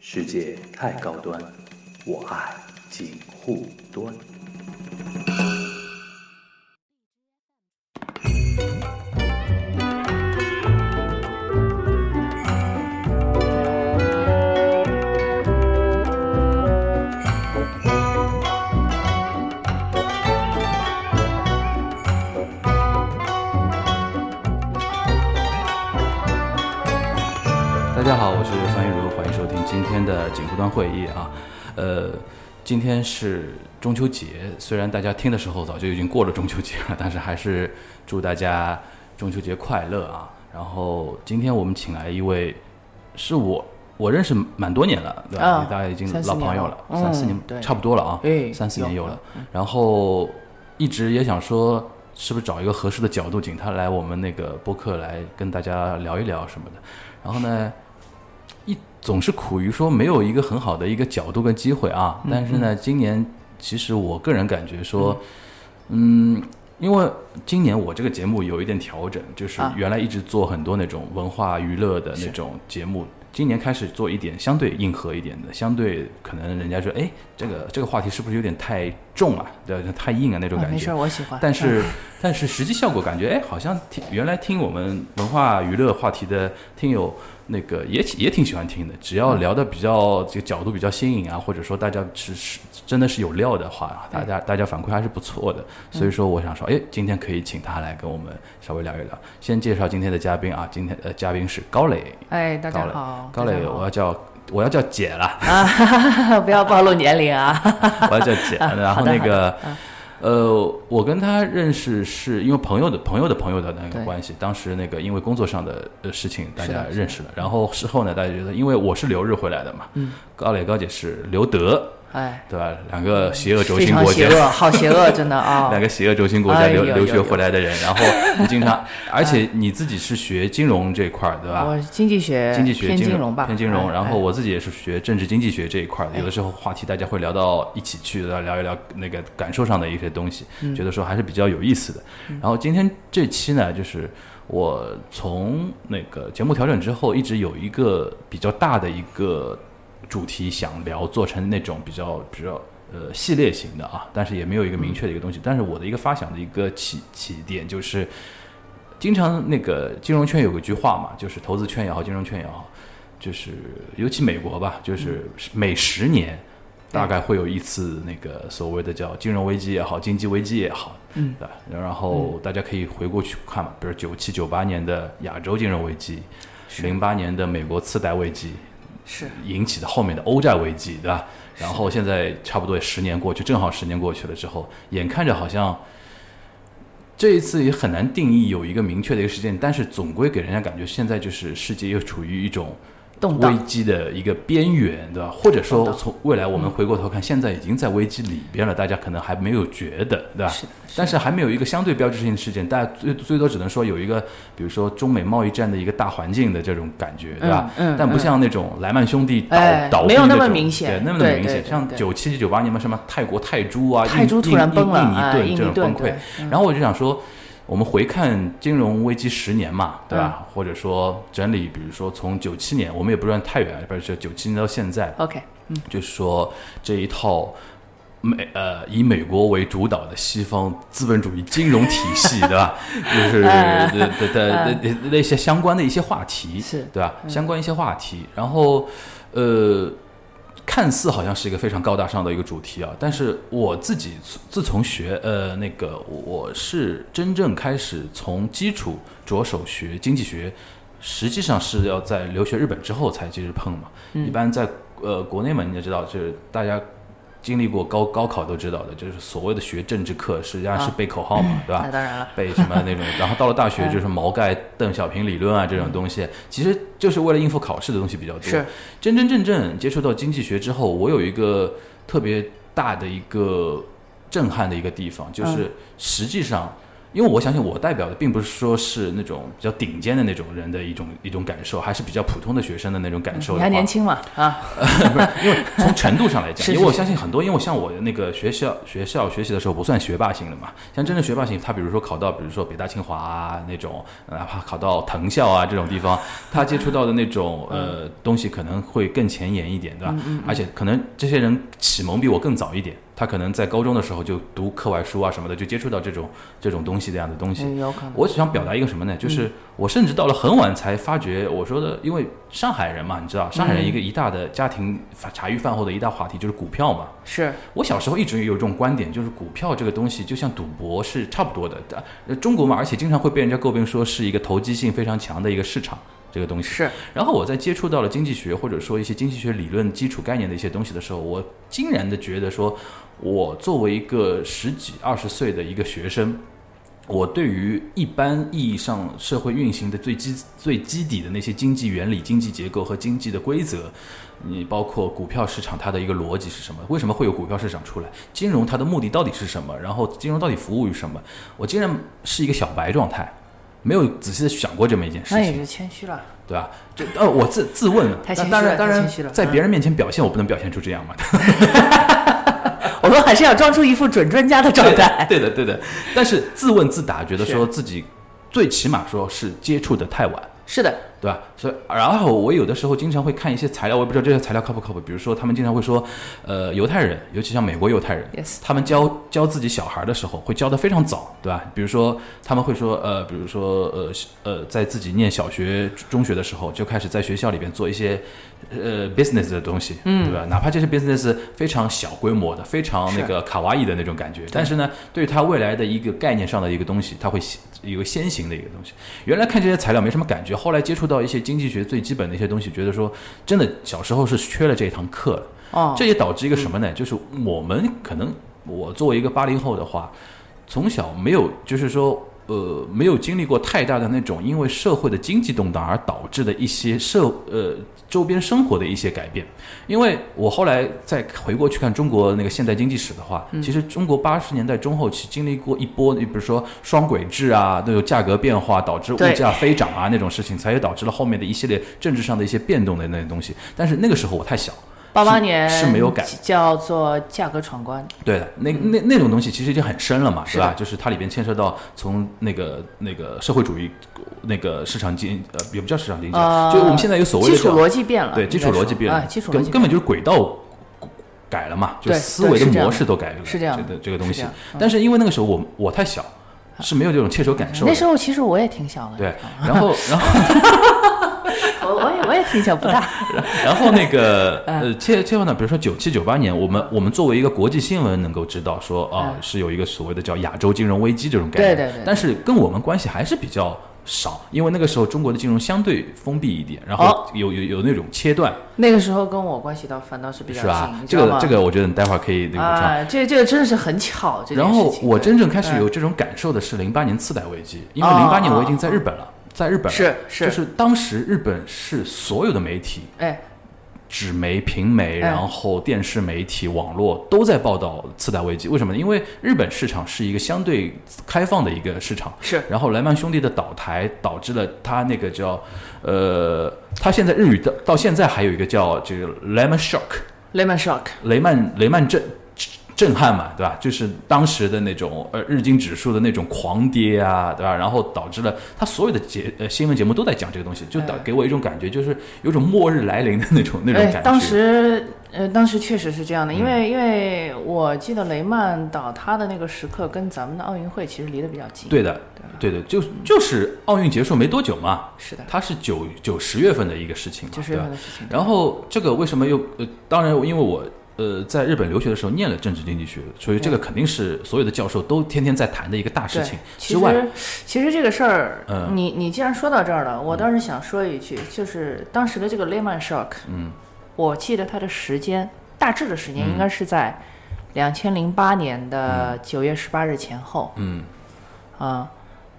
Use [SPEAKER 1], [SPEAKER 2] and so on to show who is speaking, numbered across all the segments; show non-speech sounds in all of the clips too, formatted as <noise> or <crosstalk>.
[SPEAKER 1] 世界太高端，我爱锦护端。
[SPEAKER 2] 大家好，我是范玉茹，欢迎收听今天的锦湖端会议啊。呃，今天是中秋节，虽然大家听的时候早就已经过了中秋节了，但是还是祝大家中秋节快乐啊。然后今天我们请来一位，是我我认识蛮多年了，对吧？
[SPEAKER 3] 啊
[SPEAKER 2] 大家已经
[SPEAKER 3] 三四
[SPEAKER 2] 老朋
[SPEAKER 3] 年
[SPEAKER 2] 友
[SPEAKER 3] 了
[SPEAKER 2] 哦三四
[SPEAKER 3] 嗯
[SPEAKER 2] 年
[SPEAKER 3] 对
[SPEAKER 2] 差不多了啊，
[SPEAKER 3] 哎
[SPEAKER 2] 三四年
[SPEAKER 3] 有
[SPEAKER 2] 有了。嗯然后一直也想说，是不是找一个合适的角度，请他来我们那个播客来跟大家聊一聊什么的。然后呢，一总是苦于说没有一个很好的一个角度跟机会啊。
[SPEAKER 3] 嗯
[SPEAKER 2] 但是呢，今年其实我个人感觉说，嗯。因为今年我这个节目有一点调整，就是
[SPEAKER 3] 啊
[SPEAKER 2] 原来一直做很多那种文化娱乐的那种节目，今年开始做一点相对硬核一点的，相对可能人家说，哎，这个这个话题是不是有点太重啊？对，太硬啊那种
[SPEAKER 3] 啊嗯
[SPEAKER 2] 感
[SPEAKER 3] 没
[SPEAKER 2] 觉
[SPEAKER 3] 事，。我喜欢。
[SPEAKER 2] 但是、但是实际效果感觉，哎，好像听原来听我们文化娱乐话题的听友，那个也挺也挺喜欢听的。只
[SPEAKER 3] 嗯
[SPEAKER 2] 要聊的比较这个角度比较新颖啊，或者说大家是是真的是有料的话啊，大家大家反馈还是不错的。
[SPEAKER 3] 嗯
[SPEAKER 2] 所以说，我想说，哎，今天可以请他来跟我们稍微聊一聊。先介绍今天的嘉宾啊，今天的嘉宾是高磊，
[SPEAKER 3] 哎，大
[SPEAKER 2] 高
[SPEAKER 3] 家
[SPEAKER 2] 磊
[SPEAKER 3] 好，，
[SPEAKER 2] 高
[SPEAKER 3] 大
[SPEAKER 2] 磊，
[SPEAKER 3] 家好
[SPEAKER 2] 我要叫我要叫姐了。
[SPEAKER 3] <laughs> 不要暴露年
[SPEAKER 2] <laughs>
[SPEAKER 3] 龄啊。
[SPEAKER 2] 我要叫
[SPEAKER 3] <laughs>
[SPEAKER 2] 姐。然后那个，
[SPEAKER 3] 嗯
[SPEAKER 2] 呃，我跟他认识是因为朋友的朋友的朋友的那个
[SPEAKER 3] 对
[SPEAKER 2] 关系。当时那个因为工作上的呃事情，大
[SPEAKER 3] 是的
[SPEAKER 2] 家
[SPEAKER 3] 是的
[SPEAKER 2] 认识了。然后事后呢，大家觉得，因为我是留日回来的嘛，
[SPEAKER 3] 嗯
[SPEAKER 2] 高磊高姐是留德，
[SPEAKER 3] 哎，
[SPEAKER 2] 对吧？两个邪恶轴
[SPEAKER 3] 嗯非
[SPEAKER 2] 心
[SPEAKER 3] 常
[SPEAKER 2] 国
[SPEAKER 3] 邪
[SPEAKER 2] 家。
[SPEAKER 3] 恶，好邪恶，真的啊
[SPEAKER 2] <laughs> 两。个邪恶轴心国家留
[SPEAKER 3] 哎呦
[SPEAKER 2] 留学
[SPEAKER 3] 呦
[SPEAKER 2] 回来的人，然后你经
[SPEAKER 3] <laughs>
[SPEAKER 2] 常，而且你自己是学金融这块儿，对吧？
[SPEAKER 3] 我经济学，
[SPEAKER 2] 经济学、
[SPEAKER 3] 偏
[SPEAKER 2] 金
[SPEAKER 3] 金融吧，
[SPEAKER 2] 偏金融。
[SPEAKER 3] 哎
[SPEAKER 2] 然后
[SPEAKER 3] 哎
[SPEAKER 2] 我自己也是学政治经济学这一块的，有的时候话题大家会聊到一起去，聊一聊那个感受上的一些东西，
[SPEAKER 3] 嗯
[SPEAKER 2] 觉得说还是比较有意思的。然后今天这期呢，就是我从那个节目调整之后，一直有一个比较大的一个主题想聊，做成那种比较比较。呃，系列型的啊，但是也没有一个明确的一个东西。但是我的一个发想的一个起起点就是，经常那个金融圈有个句话嘛，就是投资圈也好，金融圈也好，就是尤其美国吧，就是每十年大概会有一次那个所谓的叫金融危机也好，经济危机也好，嗯，对吧，然后大家可以回过去看嘛，比如九七九八年的亚洲金融危机，零八年的美国次贷危机，
[SPEAKER 3] 是
[SPEAKER 2] 引起的后面的欧债危机，对吧？然后现在差不多十年过去，正好十年过去了之后，眼看着好像这一次也很难定义有一个明确的一个时间，但是总归给人家感觉现在就是世界又处于一种
[SPEAKER 3] 动
[SPEAKER 2] 危
[SPEAKER 3] 荡，
[SPEAKER 2] 机的一个边缘，对吧？或者
[SPEAKER 3] 动
[SPEAKER 2] 说
[SPEAKER 3] 荡
[SPEAKER 2] 从未来我们回过头看，现在已经在危机里边了，大家可能还没有觉得，对吧？
[SPEAKER 3] 是的是
[SPEAKER 2] 但是还没有一个相对标志性的事件，大家最最多只能说有一个，比如说中美贸易战的一个大环境的这种感觉，对吧？
[SPEAKER 3] 嗯嗯
[SPEAKER 2] 但不像那种莱曼兄弟倒、
[SPEAKER 3] 哎
[SPEAKER 2] 倒闭
[SPEAKER 3] 没有那么
[SPEAKER 2] 种
[SPEAKER 3] 明显
[SPEAKER 2] 对，那么
[SPEAKER 3] 对
[SPEAKER 2] 明显。
[SPEAKER 3] 对对
[SPEAKER 2] 像
[SPEAKER 3] 对
[SPEAKER 2] 九七九八年嘛，什么泰国泰铢啊，
[SPEAKER 3] 泰
[SPEAKER 2] 印
[SPEAKER 3] 铢突
[SPEAKER 2] 印
[SPEAKER 3] 然崩了
[SPEAKER 2] 印
[SPEAKER 3] 哎
[SPEAKER 2] 印尼盾
[SPEAKER 3] 印
[SPEAKER 2] 这
[SPEAKER 3] 尼
[SPEAKER 2] 种崩
[SPEAKER 3] 盾
[SPEAKER 2] 溃
[SPEAKER 3] 对。嗯
[SPEAKER 2] 然后我就想说，我们回看金融危机十年嘛，对吧？
[SPEAKER 3] 嗯
[SPEAKER 2] 或者说整理，比如说从九七年，我们也不算太远，不是九七年到现在，
[SPEAKER 3] OK，
[SPEAKER 2] 就是说这一套美呃以美国为主导的西方资本主义金融体系，对吧？就是的的的的那些相关的一些话题，
[SPEAKER 3] 是
[SPEAKER 2] 对吧？相关一些话题，然后呃。看似好像是一个非常高大上的一个主题啊，但是我自己自自从学呃那个我是真正开始从基础着手学经济学，实际上是要在留学日本之后才接着碰嘛。
[SPEAKER 3] 嗯
[SPEAKER 2] 一般在呃国内嘛，你也知道，就是大家经历过高高考都知道的，就是所谓的学政治课，实际上是
[SPEAKER 3] 啊嗯
[SPEAKER 2] 背口号
[SPEAKER 3] <laughs>
[SPEAKER 2] 嘛，对吧？
[SPEAKER 3] 那当然了，
[SPEAKER 2] 背什么那种，然后到了大
[SPEAKER 3] <laughs>
[SPEAKER 2] 学就是毛概、邓小平理论啊这种东西，其实就是为了应付考试的东西比较多。
[SPEAKER 3] 嗯是
[SPEAKER 2] 真真正正接触到经济学之后，我有一个特别大的一个震撼的一个地方，就是实际上因为我相信我代表的并不是说是那种比较顶尖的那种人的一种一种感受，还是比较普通的学生的那种感受
[SPEAKER 3] 你
[SPEAKER 2] 的
[SPEAKER 3] 还
[SPEAKER 2] 话
[SPEAKER 3] 嗯年轻嘛啊，
[SPEAKER 2] <laughs> 不是，因为从程度上来讲，
[SPEAKER 3] 是
[SPEAKER 2] 因为我
[SPEAKER 3] 是
[SPEAKER 2] 相信很多，因为我像我那个学校学校学习的时候不算学霸型的嘛，像真正学霸型，他比如说考到比如说北大清华啊那种，哪怕考到藤校啊这种地方，他接触到的那种
[SPEAKER 3] 嗯
[SPEAKER 2] 呃东西可能会更前沿一点，对吧？而且可能这些人启蒙比我更早一点。他可能在高中的时候就读课外书啊什么的，就接触到这种这种东西这样的东西。
[SPEAKER 3] 有可能
[SPEAKER 2] 我只想表达一个什么呢？就是我甚至到了很晚才发觉，我说的，因为上海人嘛，你知道，上海人一个一大的家庭饭茶余饭后的一大话题就是股票嘛。
[SPEAKER 3] 是
[SPEAKER 2] 我小时候一直有一种观点，就是股票这个东西就像赌博是差不多的。呃中国嘛，而且经常会被人家诟病说是一个投机性非常强的一个市场，这个东西。
[SPEAKER 3] 是，
[SPEAKER 2] 然后我在接触到了经济学或者说一些经济学理论基础概念的一些东西的时候，我惊然的觉得说，我作为一个十几二十岁的一个学生，我对于一般意义上社会运行的最基最基底的那些经济原理、经济结构和经济的规则，你包括股票市场它的一个逻辑是什么？为什么会有股票市场出来？金融它的目的到底是什么？然后金融到底服务于什么？我竟然是一个小白状态。没有仔细的想过这么一件事
[SPEAKER 3] 那
[SPEAKER 2] 情
[SPEAKER 3] 也，就谦虚了。
[SPEAKER 2] 对吧？就呃，我自自问了，
[SPEAKER 3] 太
[SPEAKER 2] 但
[SPEAKER 3] 谦虚
[SPEAKER 2] 当然
[SPEAKER 3] 了
[SPEAKER 2] 当
[SPEAKER 3] 太
[SPEAKER 2] 然
[SPEAKER 3] 谦虚了，
[SPEAKER 2] 在
[SPEAKER 3] 嗯
[SPEAKER 2] 别人面前表现，我不能表现出这样嘛。
[SPEAKER 3] 我们还是要装出一副准专家的状态。
[SPEAKER 2] <laughs> 对的，对的。但是自问自答，觉得说自己最起码说是接触的太晚，
[SPEAKER 3] 是的，
[SPEAKER 2] 对吧？所以，然后我有的时候经常会看一些材料，我也不知道这些材料靠不靠谱。比如说，他们经常会说，呃，犹太人，尤其像美国犹太人
[SPEAKER 3] Yes
[SPEAKER 2] 他们教教自己小孩的时候，会教的非常早，对吧？比如说，他们会说，呃，比如说，呃，呃，在自己念小学、中学的时候，就开始在学校里边做一些，呃，business 的东西，嗯，对吧？哪怕这些 business 非常小规模的，非常那个卡哇伊的那种感觉，但是呢，对于他未来的一个概念上的一个东西，他会先有个先行的一个东西。原来看这些材料没什么感觉，后来接触到一些经济学最基本的一些东西，觉得说真的小时候是缺了这一堂课的。
[SPEAKER 3] 哦，
[SPEAKER 2] 这也导致一个什么呢？就是我们可能我作为一个八零后的话，从小没有就是说呃没有经历过太大的那种因为社会的经济动荡而导致的一些社呃周边生活的一些改变。因为我后来再回过去看中国那个现代经济史的话，
[SPEAKER 3] 嗯
[SPEAKER 2] 其实中国八十年代中后期经历过一波，你比如说双轨制啊，那种价格变化导致物
[SPEAKER 3] 对
[SPEAKER 2] 价飞涨啊那种事情，才也导致了后面的一系列政治上的一些变动的那些东西。但是那个时候我太小。
[SPEAKER 3] 八八
[SPEAKER 2] 是
[SPEAKER 3] 年
[SPEAKER 2] 是没有改
[SPEAKER 3] 叫做价格闯关，
[SPEAKER 2] 对的，那那那种东西其实已经很深了嘛，
[SPEAKER 3] 嗯是
[SPEAKER 2] 是吧？
[SPEAKER 3] 的
[SPEAKER 2] 就是它里边牵涉到从那个那个社会主义那个市场经呃也不叫市场经济，
[SPEAKER 3] 呃
[SPEAKER 2] 就是我们现在有所谓的
[SPEAKER 3] 基础
[SPEAKER 2] 叫
[SPEAKER 3] 逻辑变了，
[SPEAKER 2] 对
[SPEAKER 3] 应
[SPEAKER 2] 基
[SPEAKER 3] 该
[SPEAKER 2] 础逻
[SPEAKER 3] 说
[SPEAKER 2] 辑变了，
[SPEAKER 3] 啊，基础逻
[SPEAKER 2] 根
[SPEAKER 3] 辑
[SPEAKER 2] 根
[SPEAKER 3] 变
[SPEAKER 2] 本就是轨道改了嘛，就
[SPEAKER 3] 对
[SPEAKER 2] 思维
[SPEAKER 3] 对
[SPEAKER 2] 的
[SPEAKER 3] 是这样
[SPEAKER 2] 模
[SPEAKER 3] 的
[SPEAKER 2] 式都改了，
[SPEAKER 3] 是这样
[SPEAKER 2] 这个
[SPEAKER 3] 的
[SPEAKER 2] 这个东
[SPEAKER 3] 是
[SPEAKER 2] 西
[SPEAKER 3] 这样。
[SPEAKER 2] 但是因为那个时候我我太小，是没有这种切手感受
[SPEAKER 3] 那
[SPEAKER 2] 的。
[SPEAKER 3] 时候其实我也挺小的，
[SPEAKER 2] 对，然后然后。
[SPEAKER 3] <laughs> 我我也我也挺小不大，
[SPEAKER 2] <laughs> 然后那个
[SPEAKER 3] <laughs> 嗯
[SPEAKER 2] 呃，切切换到比如说九七九八年，我们我们作为一个国际新闻能够知道说啊、
[SPEAKER 3] 嗯
[SPEAKER 2] 是有一个所谓的叫亚洲金融危机这种概念，
[SPEAKER 3] 对对对
[SPEAKER 2] 但是跟我们关系还是比较少，因为那个时候中国的金融相对封闭一点，然后
[SPEAKER 3] 哦
[SPEAKER 2] 有、有有那种切断，
[SPEAKER 3] 那个时候跟我关系倒反倒是比较
[SPEAKER 2] 是
[SPEAKER 3] 近，
[SPEAKER 2] 吧？
[SPEAKER 3] 你知
[SPEAKER 2] 这
[SPEAKER 3] 道
[SPEAKER 2] 个
[SPEAKER 3] 吗？
[SPEAKER 2] 这个我觉得你待会儿可以那个补充。
[SPEAKER 3] 啊，这个这个真的是很巧，这件
[SPEAKER 2] 然
[SPEAKER 3] 事
[SPEAKER 2] 后
[SPEAKER 3] 情
[SPEAKER 2] 我
[SPEAKER 3] 对嗯
[SPEAKER 2] 真正开始有这种感受的是零八年次贷危机，因为
[SPEAKER 3] 哦
[SPEAKER 2] 零八年我已经
[SPEAKER 3] 哦
[SPEAKER 2] 在日本了，在日本了
[SPEAKER 3] 是是
[SPEAKER 2] 就是当时日本是所有的媒体
[SPEAKER 3] 哎
[SPEAKER 2] 纸媒、平媒，
[SPEAKER 3] 哎
[SPEAKER 2] 然后电视媒体、网络都在报道次贷危机。为什么呢？因为日本市场是一个相对开放的一个市场，
[SPEAKER 3] 是
[SPEAKER 2] 然后莱曼兄弟的倒台导致了他那个叫呃，他现在日语到到现在还有一个叫这个 Lemon Shock，
[SPEAKER 3] Lemon Shock，
[SPEAKER 2] 雷曼雷曼震震撼嘛，对吧？就是当时的那种呃日经指数的那种狂跌啊，对吧？然后导致了他所有的节呃新闻节目都在讲这个东西，就导
[SPEAKER 3] 哎
[SPEAKER 2] 给我一种感觉，就是有种末日来临的那种那种感
[SPEAKER 3] 哎
[SPEAKER 2] 觉。嗯
[SPEAKER 3] 当时呃当时确实是这样的，因为因为我记得雷曼倒塌的那个时刻跟咱们的奥运会其实离得比较近，
[SPEAKER 2] 对的，对的，就就是奥运结束没多久嘛，
[SPEAKER 3] 是的，
[SPEAKER 2] 它是九九十月份的一个事情嘛，
[SPEAKER 3] 就是
[SPEAKER 2] 对
[SPEAKER 3] 这
[SPEAKER 2] 吧
[SPEAKER 3] 样的事情，
[SPEAKER 2] 然后这个为什么又呃，当然因为我呃在日本留学的时候念了政治经济学，所以这个肯定是所有的教授都天天在谈的一个大事
[SPEAKER 3] 对
[SPEAKER 2] 情
[SPEAKER 3] 其
[SPEAKER 2] 之外，
[SPEAKER 3] 实，其实这个事儿，
[SPEAKER 2] 嗯
[SPEAKER 3] 你你既然说到这儿了，我倒是想说一句，就是当时的这个 Lehman Shock，
[SPEAKER 2] 嗯，
[SPEAKER 3] 我记得它的时间，大致的时间应该是在两千零八年的九月十八日前后
[SPEAKER 2] 嗯
[SPEAKER 3] 啊。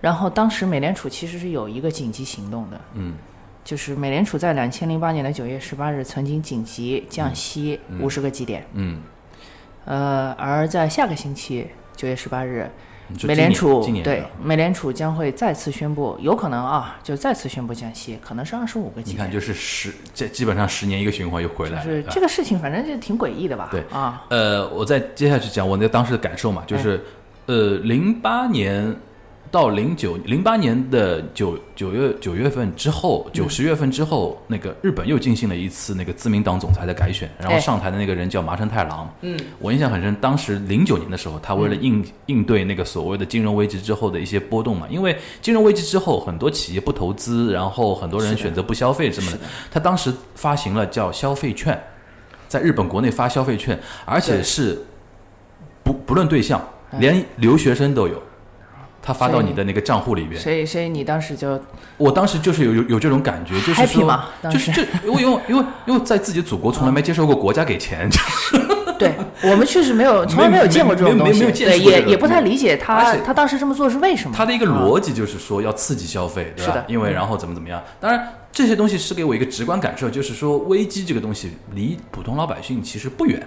[SPEAKER 3] 然后当时美联储其实是有一个紧急行动的，
[SPEAKER 2] 嗯
[SPEAKER 3] 就是美联储在两千零八年的九月十八日曾经紧急降息五十个基点，
[SPEAKER 2] 嗯
[SPEAKER 3] 呃，而在下个星期九月十八日，
[SPEAKER 2] 你说
[SPEAKER 3] 美
[SPEAKER 2] 今
[SPEAKER 3] 联
[SPEAKER 2] 年
[SPEAKER 3] 储
[SPEAKER 2] 今年
[SPEAKER 3] 对
[SPEAKER 2] 的
[SPEAKER 3] 美联储将会再次宣布，有可能啊，就再次宣布降息，可能是二十五个基
[SPEAKER 2] 你
[SPEAKER 3] 点
[SPEAKER 2] 看，。就是十，这基本上十年一个循环又回来了。
[SPEAKER 3] 就是
[SPEAKER 2] 啊
[SPEAKER 3] 这个事情，反正就挺诡异的吧？
[SPEAKER 2] 对
[SPEAKER 3] 啊，
[SPEAKER 2] 呃，我再接下去讲我那当时的感受嘛，就是，呃，零八年到零九零八年的九九月九月份之后，九十月份之后，那个日本又进行了一次那个自民党总裁的改选，然后
[SPEAKER 3] 哎
[SPEAKER 2] 上台的那个人叫麻生太郎。
[SPEAKER 3] 嗯，
[SPEAKER 2] 我印象很深，当时零九年的时候，他为了应、应对那个所谓的金融危机之后的一些波动嘛，因为金融危机之后很多企业不投资，然后很多人选择不消费什么的，他当时发行了叫消费券。在日本国内发消费券，而且
[SPEAKER 3] 对
[SPEAKER 2] 是不不论对象，
[SPEAKER 3] 嗯
[SPEAKER 2] 连留学生都有，他发到
[SPEAKER 3] 所以
[SPEAKER 2] 你的那个账户里边。
[SPEAKER 3] 所以所以你当时就
[SPEAKER 2] 我当时就是有有有这种感觉，就是
[SPEAKER 3] Happy
[SPEAKER 2] 说
[SPEAKER 3] 嘛，当
[SPEAKER 2] 就是这，我因为因为因为在自己祖国从来没接受过国家给钱，
[SPEAKER 3] 嗯对我们确实没有，从来
[SPEAKER 2] 没有
[SPEAKER 3] 有见过这种
[SPEAKER 2] 没有
[SPEAKER 3] 东西，
[SPEAKER 2] 没有见识
[SPEAKER 3] 对，
[SPEAKER 2] 过这
[SPEAKER 3] 也
[SPEAKER 2] 个
[SPEAKER 3] 也不太理解他
[SPEAKER 2] 而且
[SPEAKER 3] 他当时这么做是为什么。
[SPEAKER 2] 他的一个
[SPEAKER 3] 啊
[SPEAKER 2] 逻辑就是说要刺激消费，对
[SPEAKER 3] 是
[SPEAKER 2] 吧
[SPEAKER 3] 的？
[SPEAKER 2] 因为然后怎么怎么样，当然这些东西是给我一个直观感受，就是说危机这个东西离普通老百姓其实不远，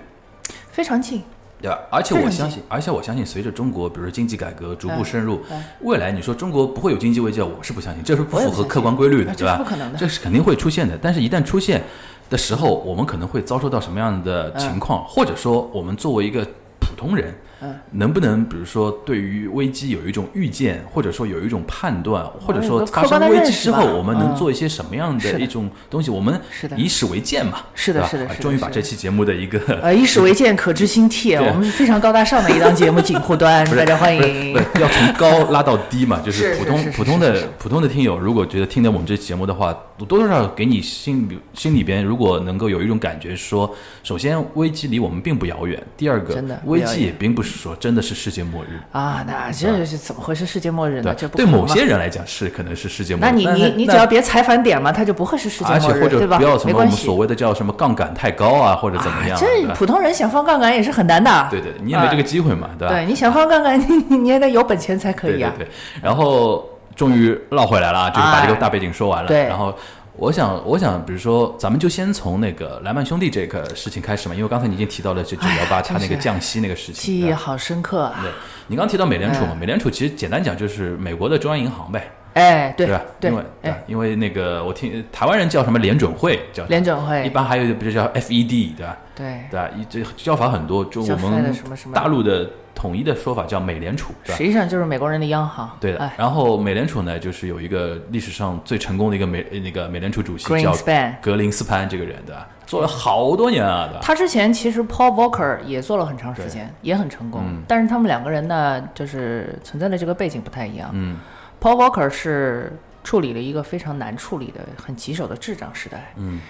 [SPEAKER 3] 非常近，
[SPEAKER 2] 对吧？而且
[SPEAKER 3] 非
[SPEAKER 2] 我
[SPEAKER 3] 常
[SPEAKER 2] 相
[SPEAKER 3] 近
[SPEAKER 2] 信，而且我相信，随着中国，比如说经济改革逐步
[SPEAKER 3] 嗯
[SPEAKER 2] 深入
[SPEAKER 3] 嗯，
[SPEAKER 2] 未来你说中国不会有经济危机，我是不相信，这是不
[SPEAKER 3] 我也
[SPEAKER 2] 符
[SPEAKER 3] 不
[SPEAKER 2] 合
[SPEAKER 3] 相
[SPEAKER 2] 客
[SPEAKER 3] 信
[SPEAKER 2] 观规律的，
[SPEAKER 3] 啊
[SPEAKER 2] 对
[SPEAKER 3] 这是
[SPEAKER 2] 吧？
[SPEAKER 3] 不可能的
[SPEAKER 2] 这是肯定会出现的。但是，一旦出现的时候，我们可能会遭受到什么样的情况，或者说，我们作为一个普通人，
[SPEAKER 3] 嗯
[SPEAKER 2] 能不能比如说对于危机有一种预见，或者说有一种判断，或者
[SPEAKER 3] 哎有
[SPEAKER 2] 说
[SPEAKER 3] 个
[SPEAKER 2] 发
[SPEAKER 3] 客观
[SPEAKER 2] 生
[SPEAKER 3] 的
[SPEAKER 2] 危
[SPEAKER 3] 认
[SPEAKER 2] 机
[SPEAKER 3] 识
[SPEAKER 2] 之
[SPEAKER 3] 吧
[SPEAKER 2] 后，我们能
[SPEAKER 3] 嗯
[SPEAKER 2] 做一些什么样
[SPEAKER 3] 是
[SPEAKER 2] 的
[SPEAKER 3] 的
[SPEAKER 2] 一种东西？我们
[SPEAKER 3] 是的
[SPEAKER 2] 以史为鉴嘛，
[SPEAKER 3] 是的
[SPEAKER 2] 对吧
[SPEAKER 3] 是的
[SPEAKER 2] 啊
[SPEAKER 3] 是的
[SPEAKER 2] 终于把
[SPEAKER 3] 是
[SPEAKER 2] 这
[SPEAKER 3] 的
[SPEAKER 2] 期节目的一个
[SPEAKER 3] 呃，以史为鉴，可知兴替。啊
[SPEAKER 2] 对
[SPEAKER 3] 我们是非常高大上的一档节目，警
[SPEAKER 2] <laughs>
[SPEAKER 3] 护端，
[SPEAKER 2] 不是
[SPEAKER 3] 大家欢
[SPEAKER 2] 不是
[SPEAKER 3] 迎
[SPEAKER 2] 不。 <laughs> 是要从高拉到低
[SPEAKER 3] <laughs>
[SPEAKER 2] 嘛，就是
[SPEAKER 3] 是
[SPEAKER 2] 普通
[SPEAKER 3] 是是
[SPEAKER 2] 普通
[SPEAKER 3] 是是
[SPEAKER 2] 的
[SPEAKER 3] 是
[SPEAKER 2] 普通的听友，如果觉得听了我们这期节目的话，多多少少给你心里心里边，如果能够有一种感觉说，首先危机离我们并不遥远，第二个
[SPEAKER 3] 真的不
[SPEAKER 2] 危
[SPEAKER 3] 遥
[SPEAKER 2] 机
[SPEAKER 3] 远
[SPEAKER 2] 也并不是说真的是世界末日。
[SPEAKER 3] 啊，那这是怎么回事？世界末日呢？
[SPEAKER 2] 对
[SPEAKER 3] 啊这，不
[SPEAKER 2] 对
[SPEAKER 3] 可能
[SPEAKER 2] 某
[SPEAKER 3] 嘛
[SPEAKER 2] 些人来讲是可能是世界末
[SPEAKER 3] 那
[SPEAKER 2] 日，
[SPEAKER 3] 你
[SPEAKER 2] 但
[SPEAKER 3] 你
[SPEAKER 2] 是
[SPEAKER 3] 你
[SPEAKER 2] 那
[SPEAKER 3] 只要别踩反点嘛，它就不会是世界
[SPEAKER 2] 而且
[SPEAKER 3] 末
[SPEAKER 2] 或
[SPEAKER 3] 日，
[SPEAKER 2] 者
[SPEAKER 3] 对吧
[SPEAKER 2] 不要？什
[SPEAKER 3] 没
[SPEAKER 2] 么我
[SPEAKER 3] 关
[SPEAKER 2] 们
[SPEAKER 3] 系
[SPEAKER 2] 所。谓的叫什么杠杆太高啊，或者怎么样啊，对
[SPEAKER 3] 这
[SPEAKER 2] 吧
[SPEAKER 3] 普通人想放杠杆也是很难的。
[SPEAKER 2] 对对，对你也没这个
[SPEAKER 3] 啊。
[SPEAKER 2] 机会嘛，对吧？
[SPEAKER 3] 对，你想放杠杆， <laughs> 你你你也得有本钱才可以啊。哎
[SPEAKER 2] 对对对，然后终于绕回来了啊，就是把这个大背景说完了。
[SPEAKER 3] 对
[SPEAKER 2] 然后我想，我想，比如说，咱们就先从那个莱曼兄弟这个事情开始嘛，因为刚才你已经提到了这九幺八，它那个降息那个事情。
[SPEAKER 3] <laughs> 记忆
[SPEAKER 2] 对吧
[SPEAKER 3] 好深刻啊！
[SPEAKER 2] 对，你刚提到美联储嘛，
[SPEAKER 3] 嗯
[SPEAKER 2] 美联储其实简单讲就是美国的中央银行呗，
[SPEAKER 3] 哎，对
[SPEAKER 2] 吧？啊因为对吧
[SPEAKER 3] 哎，
[SPEAKER 2] 因为那个我听台湾人叫什么联准会，叫
[SPEAKER 3] 联准
[SPEAKER 2] 一
[SPEAKER 3] 会，
[SPEAKER 2] 般还有一个不是叫 FED 对吧？
[SPEAKER 3] 对，
[SPEAKER 2] 对吧？一这叫法很多，就我
[SPEAKER 3] 叫出来
[SPEAKER 2] 们
[SPEAKER 3] 的什么什么
[SPEAKER 2] 大陆的统一的说法叫美联储，对吧？
[SPEAKER 3] 实际上就是美国人的央行。
[SPEAKER 2] 对的
[SPEAKER 3] 哎，
[SPEAKER 2] 然后美联储呢，就是有一个历史上最成功的一个美呃那个美联储主席叫啊
[SPEAKER 3] Greenspan
[SPEAKER 2] 格林斯潘这个人，对吧？做了好多年啊，对吧？
[SPEAKER 3] 他之前其实 Paul Volcker 也做了很长时间，也很成功，
[SPEAKER 2] 嗯
[SPEAKER 3] 但是他们两个人呢，就是存在的这个背景不太一样。
[SPEAKER 2] 嗯
[SPEAKER 3] Paul Volcker 是处理了一个非常难处理的、很棘手的滞胀时代。
[SPEAKER 2] 嗯，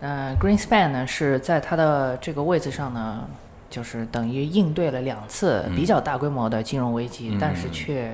[SPEAKER 3] 那 Greenspan 呢是在他的这个位置上呢，就是等于应对了两次
[SPEAKER 2] 嗯
[SPEAKER 3] 比较大规模的金融危机，但是却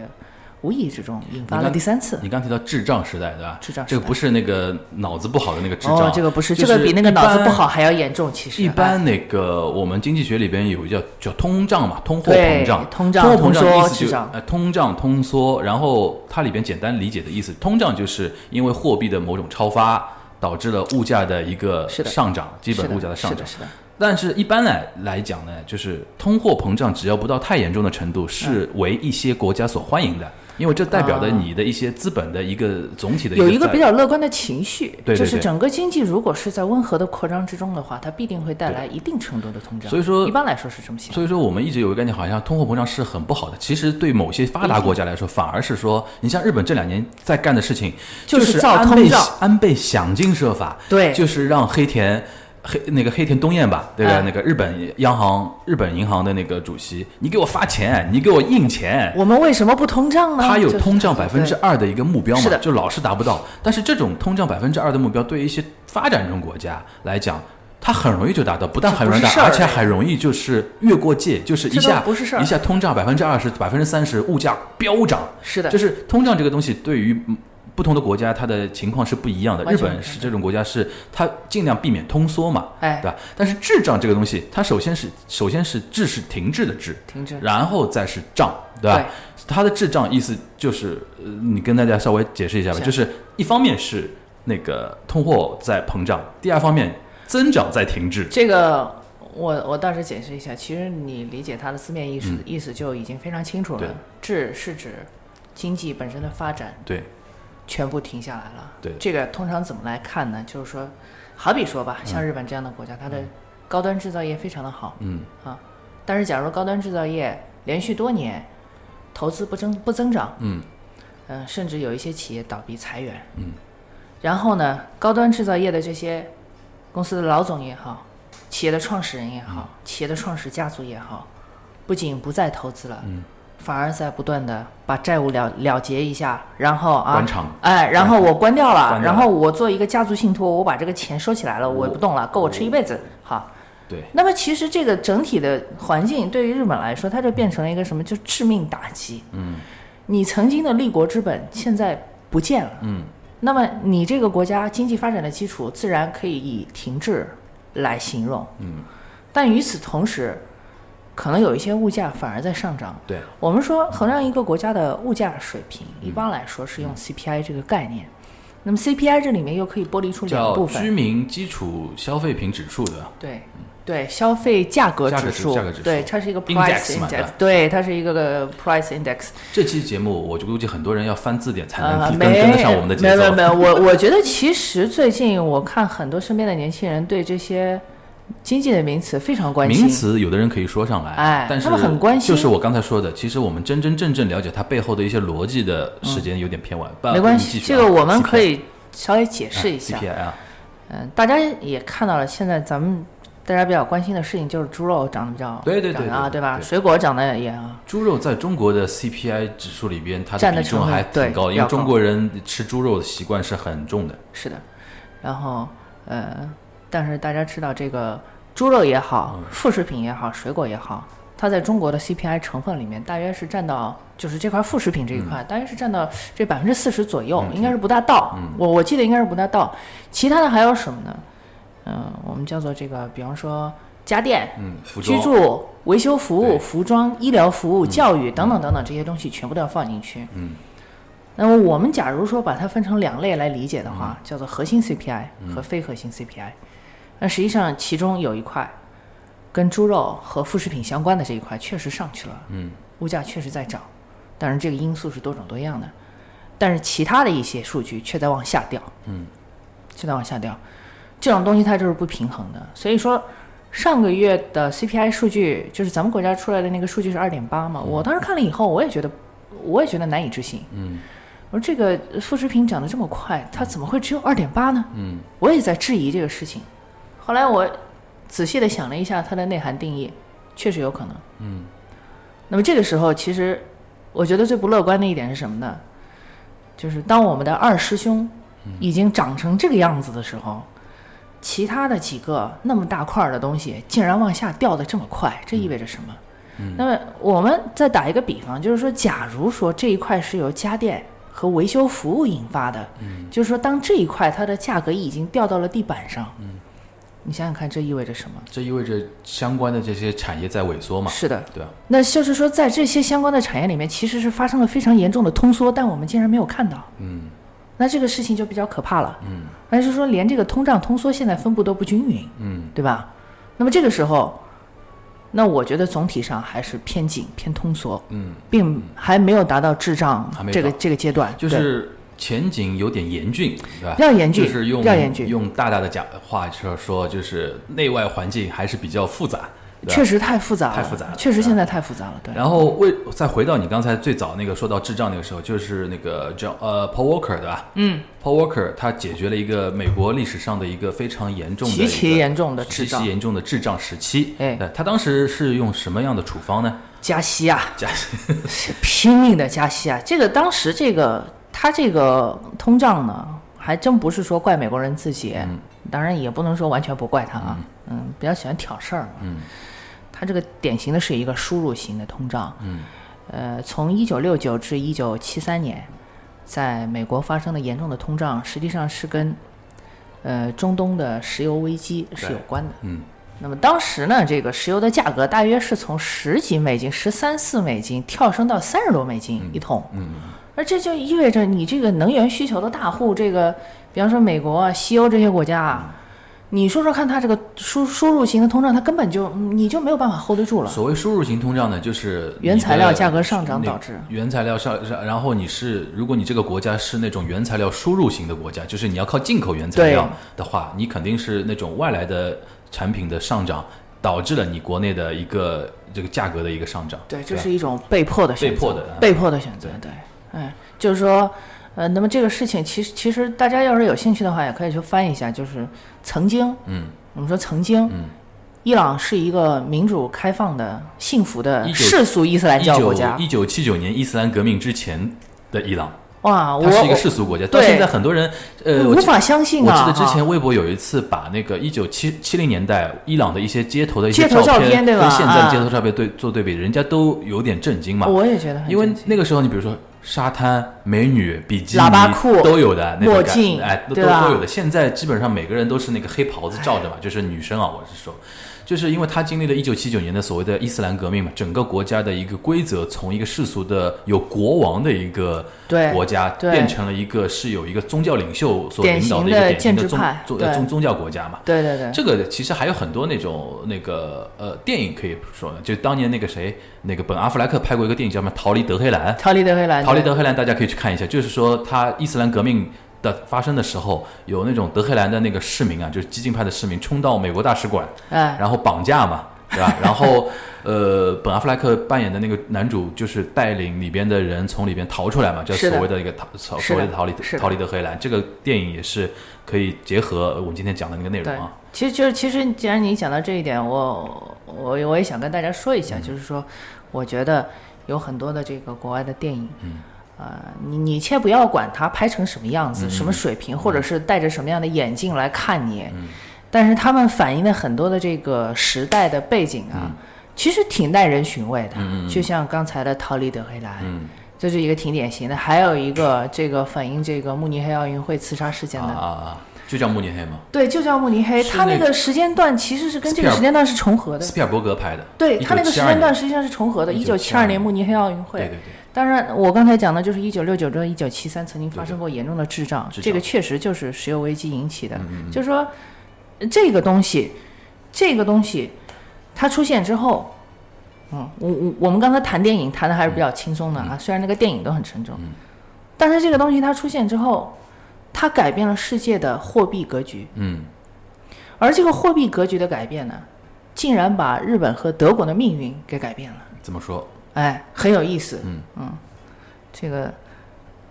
[SPEAKER 3] 无意之中引发
[SPEAKER 2] 你
[SPEAKER 3] 了
[SPEAKER 2] 看
[SPEAKER 3] 第三次。
[SPEAKER 2] 你刚提到智障时代，对吧？
[SPEAKER 3] 智障时代
[SPEAKER 2] 这个不是那个脑子不好的那个智障，
[SPEAKER 3] 哦，这个不是，
[SPEAKER 2] 就
[SPEAKER 3] 这个比那个
[SPEAKER 2] 一
[SPEAKER 3] 脑子
[SPEAKER 2] 般
[SPEAKER 3] 不好还要严重，其实
[SPEAKER 2] 一
[SPEAKER 3] 哎
[SPEAKER 2] 般那个我们经济学里边有一叫叫通胀嘛，通货
[SPEAKER 3] 对
[SPEAKER 2] 膨胀，
[SPEAKER 3] 通
[SPEAKER 2] 通
[SPEAKER 3] 胀
[SPEAKER 2] 货膨胀
[SPEAKER 3] 通
[SPEAKER 2] 的意
[SPEAKER 3] 缩
[SPEAKER 2] 思
[SPEAKER 3] 滞
[SPEAKER 2] 就
[SPEAKER 3] 胀
[SPEAKER 2] 呃通胀通缩，然后它里边简单理解的意思，通胀就是因为货币的某种超发导致了物价的一个
[SPEAKER 3] 是的
[SPEAKER 2] 上涨，基本
[SPEAKER 3] 是的
[SPEAKER 2] 物价的上
[SPEAKER 3] 是
[SPEAKER 2] 涨
[SPEAKER 3] 的，。是的，
[SPEAKER 2] 但是，一般来来讲呢，就是通货膨胀只要不到太严重的程度，是为一些国家所欢迎的，因为这代表着你的一些资本的一个总体的
[SPEAKER 3] 有一个
[SPEAKER 2] 在
[SPEAKER 3] 比较乐观的情绪，
[SPEAKER 2] 对对
[SPEAKER 3] 就是
[SPEAKER 2] 对
[SPEAKER 3] 整个经济如果是在温和的扩张之中的话，它必定会带来一定程度的通胀。
[SPEAKER 2] 所以说
[SPEAKER 3] 一般来说是这么想。
[SPEAKER 2] 所以说，我们一直有一个概念，好像通货膨胀是很不好的。其实对某些发达国家来说，反而是说，你像日本这两年在干的事情，
[SPEAKER 3] 就
[SPEAKER 2] 就是
[SPEAKER 3] 是造
[SPEAKER 2] 安
[SPEAKER 3] 通
[SPEAKER 2] 倍
[SPEAKER 3] 胀
[SPEAKER 2] 安倍想尽设法，
[SPEAKER 3] 对
[SPEAKER 2] 就是让黑田黑那个黑田东彦吧，对吧？
[SPEAKER 3] 嗯
[SPEAKER 2] 那个日本央行日本银行的那个主席，你给我发钱，你给我印钱，
[SPEAKER 3] 我们为什么不通胀呢？
[SPEAKER 2] 它有
[SPEAKER 3] 哦就是
[SPEAKER 2] 通胀百分之
[SPEAKER 3] 对
[SPEAKER 2] 二的一个目标
[SPEAKER 3] 是
[SPEAKER 2] 嘛，
[SPEAKER 3] 的
[SPEAKER 2] 就老是达不到。但是这种通胀百分之二的目标，对于一些发展中国家来讲，它很容易就达到，不但很容易达
[SPEAKER 3] 这，不
[SPEAKER 2] 而
[SPEAKER 3] 是事
[SPEAKER 2] 且
[SPEAKER 3] 儿
[SPEAKER 2] 很容易就是越过界，就是一
[SPEAKER 3] 这都
[SPEAKER 2] 下
[SPEAKER 3] 不是事儿
[SPEAKER 2] 一下通胀百分之二十、百分之三十，物价飙涨。
[SPEAKER 3] 是的，
[SPEAKER 2] 就是通胀这个东西，对于嗯不同的国家，它的情况是不一样的。
[SPEAKER 3] 完
[SPEAKER 2] 日
[SPEAKER 3] 全
[SPEAKER 2] 本
[SPEAKER 3] 不一
[SPEAKER 2] 是这种国家是它尽量避免通缩嘛，
[SPEAKER 3] 哎
[SPEAKER 2] 对吧？但是滞胀这个东西，它首先是首先是滞是停滞的滞，
[SPEAKER 3] 停滞。
[SPEAKER 2] 然后再是胀，对吧？
[SPEAKER 3] 对
[SPEAKER 2] 它的滞胀意思就是，呃，你跟大家稍微解释一下吧，
[SPEAKER 3] 行
[SPEAKER 2] 就是一方面是那个通货在膨胀，第二方面增长在停滞。
[SPEAKER 3] 这个我我大致解释一下，其实你理解它的字面意思、
[SPEAKER 2] 嗯
[SPEAKER 3] 意思就已经非常清楚
[SPEAKER 2] 对
[SPEAKER 3] 了。治是指经济本身的发展
[SPEAKER 2] 对，
[SPEAKER 3] 全部停下来了。
[SPEAKER 2] 对
[SPEAKER 3] 这个通常怎么来看呢？就是说，好比说吧，像日本这样的国家，它的高端制造业非常的好，
[SPEAKER 2] 嗯
[SPEAKER 3] 啊，但是假如高端制造业连续多年投资不增不增长，
[SPEAKER 2] 嗯
[SPEAKER 3] 嗯、甚至有一些企业倒闭裁员，
[SPEAKER 2] 嗯，
[SPEAKER 3] 然后呢，高端制造业的这些公司的老总也好，企业的创始人也
[SPEAKER 2] 嗯
[SPEAKER 3] 好，企业的创始家族也好，不仅不再投资了，
[SPEAKER 2] 嗯
[SPEAKER 3] 反而在不断的把债务了了结一下，然后啊，
[SPEAKER 2] 官场
[SPEAKER 3] 哎，然后我关掉了，
[SPEAKER 2] 关掉
[SPEAKER 3] 然
[SPEAKER 2] 了
[SPEAKER 3] 后我做一个家族信托，我把这个钱收起来了，我不动了，够我吃一辈
[SPEAKER 2] 哦
[SPEAKER 3] 子，好。
[SPEAKER 2] 对，
[SPEAKER 3] 那么其实这个整体的环境对于日本来说，它就变成了一个什么，就致命打击。
[SPEAKER 2] 嗯
[SPEAKER 3] 你曾经的立国之本现在不见了，
[SPEAKER 2] 嗯
[SPEAKER 3] 那么你这个国家经济发展的基础自然可以以停滞来形容。
[SPEAKER 2] 嗯，
[SPEAKER 3] 但与此同时，可能有一些物价反而在上涨。
[SPEAKER 2] 对，
[SPEAKER 3] 我们说衡量一个国家的物价水平，一般来说是
[SPEAKER 2] 嗯
[SPEAKER 3] 用 CPI 这个概念。那么 CPI 这里面又可以剥离出两
[SPEAKER 2] 叫
[SPEAKER 3] 部
[SPEAKER 2] 居
[SPEAKER 3] 分，
[SPEAKER 2] 民基础消费品指数的，
[SPEAKER 3] 对对，消费价格
[SPEAKER 2] 价格
[SPEAKER 3] 指
[SPEAKER 2] 指
[SPEAKER 3] 数
[SPEAKER 2] 价格指，数
[SPEAKER 3] 对，它是一个
[SPEAKER 2] Index
[SPEAKER 3] price
[SPEAKER 2] 嘛对
[SPEAKER 3] index，
[SPEAKER 2] 吧
[SPEAKER 3] 对，它是一个个 price index。
[SPEAKER 2] 这期节目我就估计很多人要翻字典才
[SPEAKER 3] 啊，
[SPEAKER 2] 能跟
[SPEAKER 3] 没
[SPEAKER 2] 跟得上我们的节
[SPEAKER 3] 没有
[SPEAKER 2] 奏
[SPEAKER 3] 没。有，我我觉得其实最近我看很多身边的年轻人对这些经济的名词非常关心。
[SPEAKER 2] 名词有的人可以说上来，
[SPEAKER 3] 哎
[SPEAKER 2] 但是
[SPEAKER 3] 他们很关心
[SPEAKER 2] 就是我刚才说的，其实我们真真正正了解它背后的一些逻辑的时间有点偏晚。不
[SPEAKER 3] 没关
[SPEAKER 2] 你继
[SPEAKER 3] 系，
[SPEAKER 2] 续
[SPEAKER 3] 这
[SPEAKER 2] 啊
[SPEAKER 3] 个我们
[SPEAKER 2] CPI
[SPEAKER 3] 可以稍微解释一
[SPEAKER 2] 啊
[SPEAKER 3] 下。
[SPEAKER 2] CPI 啊，
[SPEAKER 3] 嗯，大家也看到了，现在咱们大家比较关心的事情就是猪肉涨得比较
[SPEAKER 2] 对对对
[SPEAKER 3] 涨得啊，
[SPEAKER 2] 对对
[SPEAKER 3] 吧？
[SPEAKER 2] 对
[SPEAKER 3] 水果涨得也啊，
[SPEAKER 2] 猪肉在中国的 CPI 指数里边，它
[SPEAKER 3] 占
[SPEAKER 2] 的
[SPEAKER 3] 的
[SPEAKER 2] 比重
[SPEAKER 3] 成分
[SPEAKER 2] 还挺高，
[SPEAKER 3] 对
[SPEAKER 2] 因
[SPEAKER 3] 要
[SPEAKER 2] 为
[SPEAKER 3] 高
[SPEAKER 2] 中国人吃猪肉的习惯是很重的。
[SPEAKER 3] 是的。然后呃，但是大家知道这个猪肉也好，副食品也好，水果也好。它在中国的 CPI 成分里面，大约是占到，就是这块副食品这一块，大约是占到这百分之四十左右，应该是不大到。我我记得应该是不大到。其他的还有什么呢？嗯、我们叫做这个，比方说家电，
[SPEAKER 2] 嗯，服装
[SPEAKER 3] 居住、维修服务、
[SPEAKER 2] 对
[SPEAKER 3] 服装、医疗服务、教育等等等等这些东西全部都要放进去。
[SPEAKER 2] 嗯。
[SPEAKER 3] 那么我们假如说把它分成两类来理解的
[SPEAKER 2] 嗯
[SPEAKER 3] 话，叫做核心 CPI 和非核心 CPI。那实际上其中有一块跟猪肉和副食品相关的这一块确实上去了，
[SPEAKER 2] 嗯，
[SPEAKER 3] 物价确实在涨，但是这个因素是多种多样的。但是其他的一些数据却在往下掉，嗯，却在往下掉。这种东西它就是不平衡的。所以说，上个月的 CPI 数据，就是咱们国家出来的那个数据是二点八嘛，我当时看了以后，我也觉得，我也觉得难以置信。
[SPEAKER 2] 嗯，
[SPEAKER 3] 我说这个副食品涨得这么快，它怎么会只有二点八呢？
[SPEAKER 2] 嗯，
[SPEAKER 3] 我也在质疑这个事情。后来我仔细的想了一下它的内涵定义，确实有可能。嗯，那么这个时候，其实我觉得最不乐观的一点是什么呢？就是当我们的二师兄已经长成这个样子的时候，其他的几个那么大块儿的东西竟然往下掉的这么快，这意味着什么？那么我们再打一个比方，就是说，假如说这一块是由家电和维修服务引发的，就是说，当这一块它的价格已经掉到了地板上，
[SPEAKER 2] 嗯
[SPEAKER 3] 你想想看，这意味着什么？
[SPEAKER 2] 这意味着相关的这些产业在萎缩嘛？
[SPEAKER 3] 是的，
[SPEAKER 2] 对啊，
[SPEAKER 3] 那就是说，在这些相关的产业里面，其实是发生了非常严重的通缩，但我们竟然没有看到。
[SPEAKER 2] 嗯
[SPEAKER 3] 那这个事情就比较可怕了。
[SPEAKER 2] 嗯，
[SPEAKER 3] 那就是说，连这个通胀通缩现在分布都不均匀，
[SPEAKER 2] 嗯
[SPEAKER 3] 对吧？那么这个时候，那我觉得总体上还是偏紧、偏通缩，
[SPEAKER 2] 嗯，
[SPEAKER 3] 并还没有达到滞胀
[SPEAKER 2] 还没
[SPEAKER 3] 这个
[SPEAKER 2] 到
[SPEAKER 3] 这个阶段，
[SPEAKER 2] 就是前景有点严峻，对吧？
[SPEAKER 3] 要严峻
[SPEAKER 2] 就是用
[SPEAKER 3] 要严峻
[SPEAKER 2] 用大大的讲话说说，就是内外环境还是比较复杂，对
[SPEAKER 3] 对
[SPEAKER 2] 吧
[SPEAKER 3] 确实太复杂了，
[SPEAKER 2] 太复杂了
[SPEAKER 3] 确实现在太复杂了，对。
[SPEAKER 2] 然后为再回到你刚才最早那个说到智障那个时候，就是那个叫呃 Paul Walker 对吧？嗯，Paul Walker 他解决了一个美国历史上的一个非常严重的一个、
[SPEAKER 3] 极其严重的智障
[SPEAKER 2] 极其严重的智障时期。
[SPEAKER 3] 哎
[SPEAKER 2] 呃，他当时是用什么样的处方呢？
[SPEAKER 3] 加息啊，
[SPEAKER 2] 加
[SPEAKER 3] 拼命的加息啊！这个当时这个他这个通胀呢，还真不是说怪美国人自己，当然也不能说完全不怪他啊，嗯比较喜欢挑事儿嘛，嗯，他这个典型的是一个输入型的通胀，嗯，呃，从一九六九至一九七三年，在美国发生的严重的通胀，实际上是跟呃中东的石油危机是有关的，
[SPEAKER 2] 嗯
[SPEAKER 3] 那么当时呢，这个石油的价格大约是从十几美金、十三四美金跳升到三十多美金一桶，
[SPEAKER 2] 嗯，
[SPEAKER 3] 而这就意味着你这个能源需求的大户，这个比方说美国啊、西欧这些国家啊，你说说看，它这个输输入型的通胀，它根本就你就没有办法 hold 得住了。
[SPEAKER 2] 所谓输入型通胀呢，就是你的
[SPEAKER 3] 原材料价格上涨导致
[SPEAKER 2] 原材料上，上然后你是如果你这个国家是那种原材料输入型的国家，就是你要靠进口原材料的话，你肯定是那种外来的产品的上涨导致了你国内的一个这个价格的一个上涨。
[SPEAKER 3] 对，这
[SPEAKER 2] 吧
[SPEAKER 3] 是一种被迫的选
[SPEAKER 2] 被
[SPEAKER 3] 择，
[SPEAKER 2] 迫的啊
[SPEAKER 3] 被迫的选择，对，哎，就是说，呃，那么这个事情，其实其实大家要是有兴趣的话，也可以去翻一下，就是曾经，
[SPEAKER 2] 嗯，
[SPEAKER 3] 我们说曾经，
[SPEAKER 2] 嗯
[SPEAKER 3] 伊朗是一个民主、开放的、幸福的
[SPEAKER 2] 19
[SPEAKER 3] 世俗伊斯兰
[SPEAKER 2] 一
[SPEAKER 3] 教
[SPEAKER 2] 九
[SPEAKER 3] 国家，
[SPEAKER 2] 一九七九年伊斯兰革命之前的伊朗，
[SPEAKER 3] 哇，啊我
[SPEAKER 2] 它是一个世
[SPEAKER 3] 我
[SPEAKER 2] 俗国家，到
[SPEAKER 3] 对
[SPEAKER 2] 现在很多人呃，我
[SPEAKER 3] 无
[SPEAKER 2] 记
[SPEAKER 3] 法相信
[SPEAKER 2] 我记
[SPEAKER 3] 啊！
[SPEAKER 2] 得之
[SPEAKER 3] 哈
[SPEAKER 2] 前微博有一次把那个一九七七零年代伊朗的一些街头的一些
[SPEAKER 3] 街头照
[SPEAKER 2] 片，
[SPEAKER 3] 片对吧
[SPEAKER 2] 跟现在
[SPEAKER 3] 啊
[SPEAKER 2] 的街头照片对、做对比，人家都有点震惊嘛。
[SPEAKER 3] 我也觉得很
[SPEAKER 2] 因为
[SPEAKER 3] 震惊
[SPEAKER 2] 那个时候，你比如说沙滩、美女、比基尼、
[SPEAKER 3] 喇叭裤
[SPEAKER 2] 都有的，那种
[SPEAKER 3] 墨
[SPEAKER 2] 感
[SPEAKER 3] 镜
[SPEAKER 2] 哎，都都
[SPEAKER 3] 对吧
[SPEAKER 2] 都有的。现在基本上每个人都是那个黑袍子罩着嘛，就是女生啊，我是说，就是因为她经历了一九七九年的所谓的伊斯兰革命嘛，整个国家的一个规则从一个世俗的有国王的一个
[SPEAKER 3] 对
[SPEAKER 2] 国家，
[SPEAKER 3] 对
[SPEAKER 2] 变成了一个是有一个宗教领袖所
[SPEAKER 3] 典
[SPEAKER 2] 领导
[SPEAKER 3] 型
[SPEAKER 2] 的一个
[SPEAKER 3] 的
[SPEAKER 2] 典型
[SPEAKER 3] 建
[SPEAKER 2] 的
[SPEAKER 3] 制
[SPEAKER 2] 宗呃
[SPEAKER 3] 派
[SPEAKER 2] 宗
[SPEAKER 3] 对
[SPEAKER 2] 宗宗教国家嘛。
[SPEAKER 3] 对对对，
[SPEAKER 2] 这个其实还有很多那种那个呃电影可以说呢，就当年那个谁，那个本阿弗莱克拍过一个电影叫什么《逃离德黑兰》，
[SPEAKER 3] 逃离德黑兰，
[SPEAKER 2] 《逃离
[SPEAKER 3] 啊对
[SPEAKER 2] 德黑兰》大家可以去看一下，就是说他伊斯兰革命的发生的时候，有那种德黑兰的那个市民啊，就是激进派的市民冲到美国大使馆，
[SPEAKER 3] 哎，
[SPEAKER 2] 然后绑架嘛，对
[SPEAKER 3] <laughs>
[SPEAKER 2] 吧？然后，呃，本阿弗莱克扮演的那个男主就是带领里边的人从里边逃出来嘛，叫
[SPEAKER 3] 是
[SPEAKER 2] 所
[SPEAKER 3] 的
[SPEAKER 2] 谓的一个逃所
[SPEAKER 3] 是
[SPEAKER 2] 所
[SPEAKER 3] 的
[SPEAKER 2] 谓的逃离
[SPEAKER 3] 是的
[SPEAKER 2] 逃离德黑兰。这个电影也是可以结合我们今天讲的那个内容
[SPEAKER 3] 对
[SPEAKER 2] 啊。，
[SPEAKER 3] 其实就是其实，既然你讲到这一点，我我我也想跟大家说一
[SPEAKER 2] 嗯
[SPEAKER 3] 下，就是说，我觉得有很多的这个国外的电影，
[SPEAKER 2] 嗯，
[SPEAKER 3] 呃，你你且不要管它拍成什么样
[SPEAKER 2] 嗯
[SPEAKER 3] 子、什么水平，或者是戴着什么样的眼镜来看你，
[SPEAKER 2] 嗯
[SPEAKER 3] 但是他们反映的很多的这个时代的背景
[SPEAKER 2] 嗯
[SPEAKER 3] 啊，其实挺耐人寻味的，就像刚才的《逃离德黑兰》，
[SPEAKER 2] 嗯
[SPEAKER 3] 这是一个挺典型的，还有一个这个反映这个慕尼黑奥运会刺杀事件
[SPEAKER 2] 啊
[SPEAKER 3] 的
[SPEAKER 2] 啊啊！就叫慕尼黑嘛，
[SPEAKER 3] 对，就叫慕尼黑，
[SPEAKER 2] 是
[SPEAKER 3] 它那
[SPEAKER 2] 那
[SPEAKER 3] 个时间段其实是跟这
[SPEAKER 2] 斯皮
[SPEAKER 3] 个
[SPEAKER 2] 尔
[SPEAKER 3] 时间段是重合的
[SPEAKER 2] 斯。皮尔伯格拍的，
[SPEAKER 3] 对，它那个时
[SPEAKER 2] 1972
[SPEAKER 3] 间段
[SPEAKER 2] 年
[SPEAKER 3] 实际上是重合的。一九七
[SPEAKER 2] 1972
[SPEAKER 3] 二年慕尼黑奥运会，
[SPEAKER 2] 对对对，
[SPEAKER 3] 当然我刚才讲的就是一九六九到一九七三曾经发
[SPEAKER 2] 对对
[SPEAKER 3] 生过严重的滞胀，嗯
[SPEAKER 2] 滞
[SPEAKER 3] 这个
[SPEAKER 2] 胀
[SPEAKER 3] 确实就是石油危机引起的。就是说，呃这个东西，这个东西，它出现之后。嗯，我我我们刚才谈电影谈的还是比较轻松的啊，虽然那个电影都很沉重，但是这个东西它出现之后，它改变了世界的货币格局，
[SPEAKER 2] 嗯，
[SPEAKER 3] 而这个货币格局的改变呢，竟然把日本和德国的命运给改变了，
[SPEAKER 2] 怎么说？
[SPEAKER 3] 哎，很有意思。
[SPEAKER 2] 嗯
[SPEAKER 3] 这个，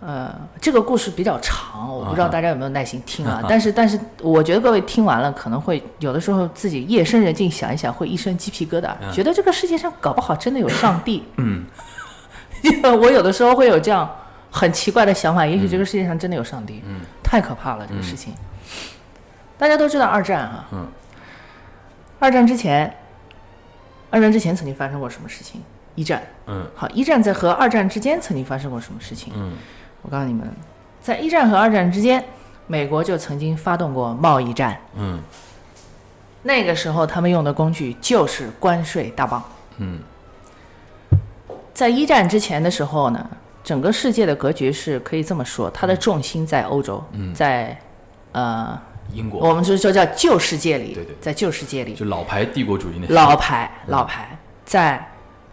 [SPEAKER 3] 呃，这个故事比较长，我不知道
[SPEAKER 2] 啊哈
[SPEAKER 3] 大家有没有耐心
[SPEAKER 2] <laughs>
[SPEAKER 3] 听啊。但是，但是我觉得各位听完了，可能会有的时候自己夜深人静想一想，会一身鸡皮疙瘩，
[SPEAKER 2] 嗯
[SPEAKER 3] 觉得这个世界上搞不好真的有上帝。嗯， <laughs> 我有的时候会有这样很奇怪的想法，也许
[SPEAKER 2] 嗯
[SPEAKER 3] 这个世界上真的有上帝。嗯，太可怕了，这个事情。大家都知道二战啊，
[SPEAKER 2] 嗯，
[SPEAKER 3] 二战之前，二战之前曾经发生过什么事情？一战，
[SPEAKER 2] 嗯
[SPEAKER 3] 好，一战在和二战之间曾经发生过什么事情？
[SPEAKER 2] 嗯，
[SPEAKER 3] 我告诉你们，在一战和二战之间，美国就曾经发动过贸易战。
[SPEAKER 2] 嗯
[SPEAKER 3] 那个时候，他们用的工具就是关税大棒。
[SPEAKER 2] 嗯，
[SPEAKER 3] 在一战之前的时候呢，整个世界的格局是可以这么
[SPEAKER 2] 嗯
[SPEAKER 3] 说，它的重心在欧洲，在呃，
[SPEAKER 2] 英国
[SPEAKER 3] 我们就是说叫旧世界里，
[SPEAKER 2] 对对对
[SPEAKER 3] 在旧世界里，
[SPEAKER 2] 就老牌帝国主义那嗯些
[SPEAKER 3] 老牌老牌，在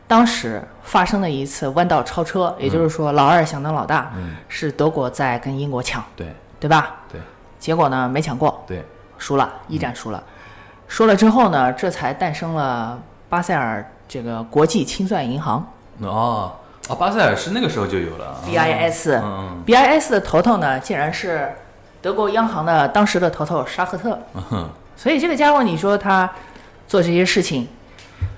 [SPEAKER 3] 当时发生了一次弯道超车，
[SPEAKER 2] 嗯
[SPEAKER 3] 也就是说老二想当老大，是德国在跟英国抢，
[SPEAKER 2] 对
[SPEAKER 3] 对吧？
[SPEAKER 2] 对
[SPEAKER 3] 结果呢没抢过，
[SPEAKER 2] 对，
[SPEAKER 3] 输了，一战输
[SPEAKER 2] 嗯
[SPEAKER 3] 了。输了之后呢，这才诞生了巴塞尔这个国际清算银行
[SPEAKER 2] 哦啊，巴塞尔是那个时候就有了啊
[SPEAKER 3] （BIS）。
[SPEAKER 2] 嗯
[SPEAKER 3] BIS 的头头呢，竟然是德国央行的当时的头头沙赫特。
[SPEAKER 2] 嗯哼，
[SPEAKER 3] 所以这个家伙，你说他做这些事情，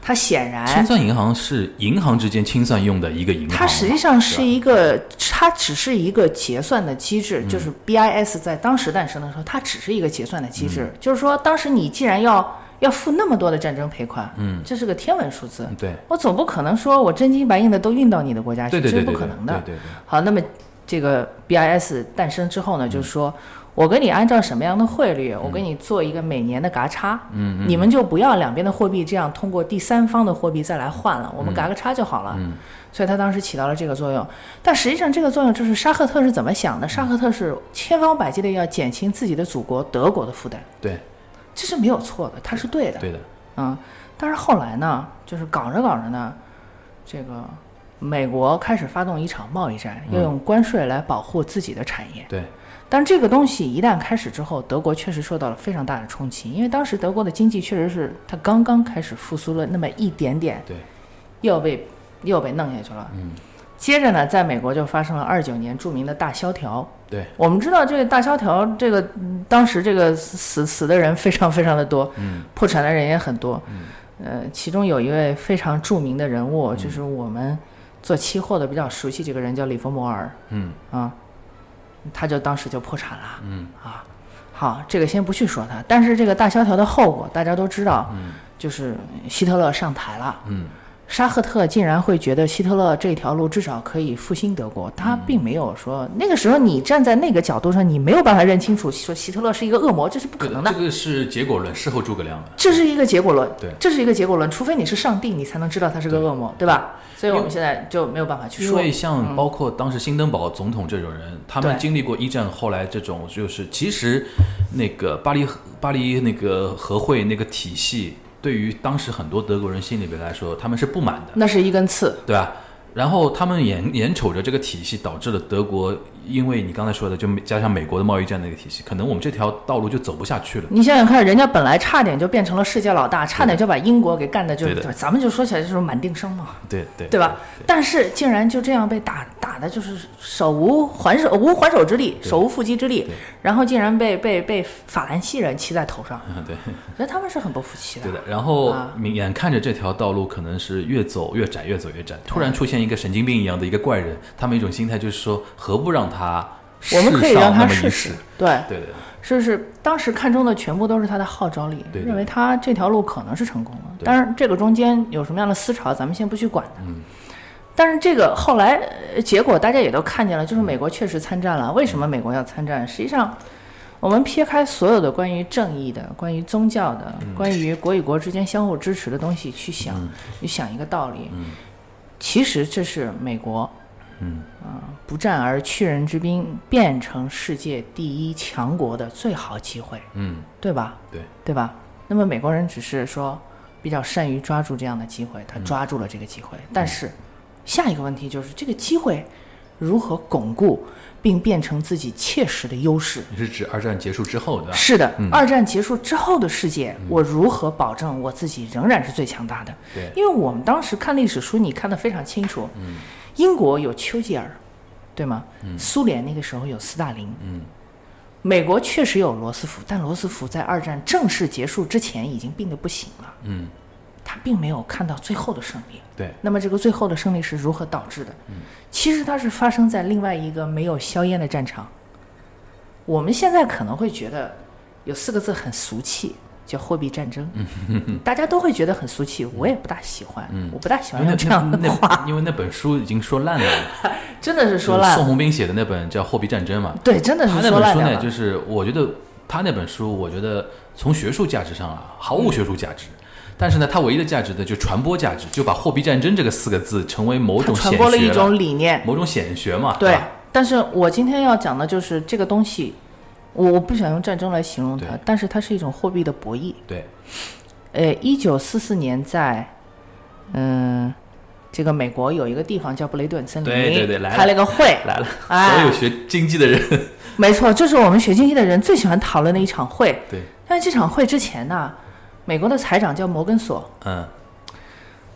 [SPEAKER 3] 他显然
[SPEAKER 2] 清算银行是银行之间清算用的一个银行嘛，
[SPEAKER 3] 它实际上
[SPEAKER 2] 对吧
[SPEAKER 3] 是一个，它只是一个结算的机制，就是
[SPEAKER 2] 嗯
[SPEAKER 3] BIS 在当时诞生的时候，它只是一个结算的机
[SPEAKER 2] 嗯
[SPEAKER 3] 制，就是说，当时你既然要要付那么多的战争赔款，嗯，这是个天文数字，
[SPEAKER 2] 对
[SPEAKER 3] 我总不可能说我真金白银的都运到你的国家去，
[SPEAKER 2] 对对
[SPEAKER 3] 这
[SPEAKER 2] 对
[SPEAKER 3] 是不
[SPEAKER 2] 对
[SPEAKER 3] 可
[SPEAKER 2] 对
[SPEAKER 3] 能的。
[SPEAKER 2] 对对对。
[SPEAKER 3] 好，那么这个 BIS 诞生之后呢，就是说我给你按照什么样的汇率，我给你做一个每年的嘎差，嗯，你们就不要两边的货币这样通过第三方的货币再来换了，我们嘎个差就好了。嗯，所以它当时起到了这个作用，但实际上这个作用就是沙赫特是怎么想的？沙赫特是千方百计的要减轻自己的祖国德国的负担，
[SPEAKER 2] 对，
[SPEAKER 3] 这是没有错的，它是对的。
[SPEAKER 2] 对的，
[SPEAKER 3] 嗯，但是后来呢，就是搞着搞着呢，这个美国开始发动一场贸易战，要用关税来保护自己的产业。
[SPEAKER 2] 对，
[SPEAKER 3] 但这个东西一旦开始之后，德国确实受到了非常大的冲击，因为当时德国的经济确实是它刚刚开始复苏了那么一点点，
[SPEAKER 2] 对，
[SPEAKER 3] 又被又被弄下去了。
[SPEAKER 2] 嗯，
[SPEAKER 3] 接着呢，在美国就发生了二九年著名的大萧条。
[SPEAKER 2] 对，
[SPEAKER 3] 我们知道这个大萧条，这个嗯当时这个死死的人非常非常的多，
[SPEAKER 2] 嗯，
[SPEAKER 3] 破产的人也很多。呃，其中有一位非常著名的人物，就是我们做期货的比较熟悉，这个人叫里弗摩尔
[SPEAKER 2] 嗯
[SPEAKER 3] 啊，他就当时就破产了。
[SPEAKER 2] 嗯
[SPEAKER 3] 啊，好，这个先不去说它，但是这个大萧条的后果大家都知道，
[SPEAKER 2] 嗯
[SPEAKER 3] 就是希特勒上台了，
[SPEAKER 2] 嗯，
[SPEAKER 3] 沙赫特竟然会觉得希特勒这条路至少可以复兴德国，他并没有说、那个时候你站在那个角度上，你没有办法认清楚说希特勒是一个恶魔，这是不可
[SPEAKER 2] 对的
[SPEAKER 3] 能的
[SPEAKER 2] 这。个是结果论，事后诸葛亮的。
[SPEAKER 3] 这是一个结果论，
[SPEAKER 2] 对
[SPEAKER 3] 这是一个结果论，除非你是上帝，你才能知道他是个恶魔，对吧？所以我们现在就没有办法去
[SPEAKER 2] 因
[SPEAKER 3] 说。嗯
[SPEAKER 2] 为像包括当时兴登堡总统这种人，他们
[SPEAKER 3] 对
[SPEAKER 2] 经历过一战，后来这种就是其实那个巴黎巴黎那个和会那个体系，对于当时很多德国人心里边来说，他们是不满的。
[SPEAKER 3] 那是一根刺，
[SPEAKER 2] 对吧？然后他们眼眼瞅着这个体系，导致了德国，因为你刚才说的，就美加上美国的贸易战那个体系，可能我们这条道路就走不下去了。
[SPEAKER 3] 你想想看，人家本来差点就变成了世界老大，差点就把英国给干的，就是
[SPEAKER 2] 对的
[SPEAKER 3] 咱们就说起来就是满定生嘛，
[SPEAKER 2] 对对
[SPEAKER 3] 对吧？但是竟然就这样被打打的，就是手无还手无还手之力，手无缚鸡之力
[SPEAKER 2] 对，
[SPEAKER 3] 然后竟然被被被法兰西人骑在头上，
[SPEAKER 2] 嗯，对
[SPEAKER 3] 所以他们是很不服气的。
[SPEAKER 2] 对的。然后
[SPEAKER 3] 啊
[SPEAKER 2] 明眼看着这条道路可能是越走越窄，越走越窄，突
[SPEAKER 3] 啊
[SPEAKER 2] 然出现一个神经病一样的一个怪人，他们一种心态就是说，何不让他
[SPEAKER 3] 我们可以
[SPEAKER 2] 试上
[SPEAKER 3] 让他
[SPEAKER 2] 那么一
[SPEAKER 3] 试
[SPEAKER 2] 试
[SPEAKER 3] 试，对，
[SPEAKER 2] 对对对
[SPEAKER 3] 是是，当时看中的全部都是他的号召力，
[SPEAKER 2] 对对
[SPEAKER 3] 认为他这条路可能是成功
[SPEAKER 2] 对
[SPEAKER 3] 的。当然，这个中间有什么样的思潮，咱们先不去管它。嗯但是这个后来呃结果大家也都看见了，就是美国确实参战了。为什么美国要参战？实际上，我们撇开所有的关于正义的、关于宗教的、
[SPEAKER 2] 嗯
[SPEAKER 3] 关于国与国之间相互支持的东西去想，你想一个道理，其实这是美国
[SPEAKER 2] 嗯
[SPEAKER 3] 不战而屈人之兵，变成世界第一强国的最好机会。
[SPEAKER 2] 嗯，
[SPEAKER 3] 对吧？
[SPEAKER 2] 对，
[SPEAKER 3] 对吧？那么美国人只是说比较善于抓住这样的机会，他抓住了这个机会。但是下一个问题就是这个机会如何巩固并变成自己切实的优势？
[SPEAKER 2] 你是指二战结束之后对吧？
[SPEAKER 3] 是的，嗯二战结束之后的世界，我如何保证我自己仍然是最强大的？
[SPEAKER 2] 对
[SPEAKER 3] 因为我们当时看历史书，你看得非常清楚。英国有丘吉尔，对吗？苏联那个时候有斯大林。
[SPEAKER 2] 嗯
[SPEAKER 3] 美国确实有罗斯福，但罗斯福在二战正式结束之前已经病得不行了，
[SPEAKER 2] 嗯，
[SPEAKER 3] 他并没有看到最后的胜利。
[SPEAKER 2] 对
[SPEAKER 3] 那么这个最后的胜利是如何导致的？其实它是发生在另外一个没有硝烟的战场。我们现在可能会觉得有四个字很俗气，叫货币战争，大家都会觉得很俗气，我也不大喜欢，我不大喜欢
[SPEAKER 2] 因为
[SPEAKER 3] 用这样
[SPEAKER 2] 那
[SPEAKER 3] 的
[SPEAKER 2] 嗯那
[SPEAKER 3] 话，
[SPEAKER 2] 那因为那本书已经说烂了，
[SPEAKER 3] <laughs> 真的是说
[SPEAKER 2] 就是
[SPEAKER 3] 烂
[SPEAKER 2] 宋
[SPEAKER 3] 了，
[SPEAKER 2] 鸿兵写的那本叫《货币战争》嘛，
[SPEAKER 3] 对，真的
[SPEAKER 2] 他
[SPEAKER 3] 是
[SPEAKER 2] 那
[SPEAKER 3] 说
[SPEAKER 2] 本
[SPEAKER 3] 烂
[SPEAKER 2] 书
[SPEAKER 3] 掉
[SPEAKER 2] 呢，
[SPEAKER 3] 了，
[SPEAKER 2] 就是我觉得他那本书，我觉得从学术价值上啊，毫
[SPEAKER 3] 嗯
[SPEAKER 2] 无学术价值。但是呢，它唯一的价值呢，就传播价值，就把“货币战争”这个四个字成为某
[SPEAKER 3] 它
[SPEAKER 2] 种
[SPEAKER 3] 传
[SPEAKER 2] 显
[SPEAKER 3] 播了
[SPEAKER 2] 学
[SPEAKER 3] 一种理念，
[SPEAKER 2] 某种显学嘛，
[SPEAKER 3] 对
[SPEAKER 2] 吧，
[SPEAKER 3] 但是我今天要讲的就是这个东西，我我不想用战争来形容它
[SPEAKER 2] 对，
[SPEAKER 3] 但是它是一种货币的博弈。
[SPEAKER 2] 对，
[SPEAKER 3] 呃，一九四四年在，嗯、这个美国有一个地方叫布雷顿森林，
[SPEAKER 2] 对对对来了
[SPEAKER 3] 开了个会，
[SPEAKER 2] 来了，
[SPEAKER 3] 哎
[SPEAKER 2] 所有学经济的人，
[SPEAKER 3] <laughs> 没错，这是我们学经济的人最喜欢讨论的一场会。
[SPEAKER 2] 对，
[SPEAKER 3] 但是这场会之前呢，美国的财长叫摩根索，
[SPEAKER 2] 嗯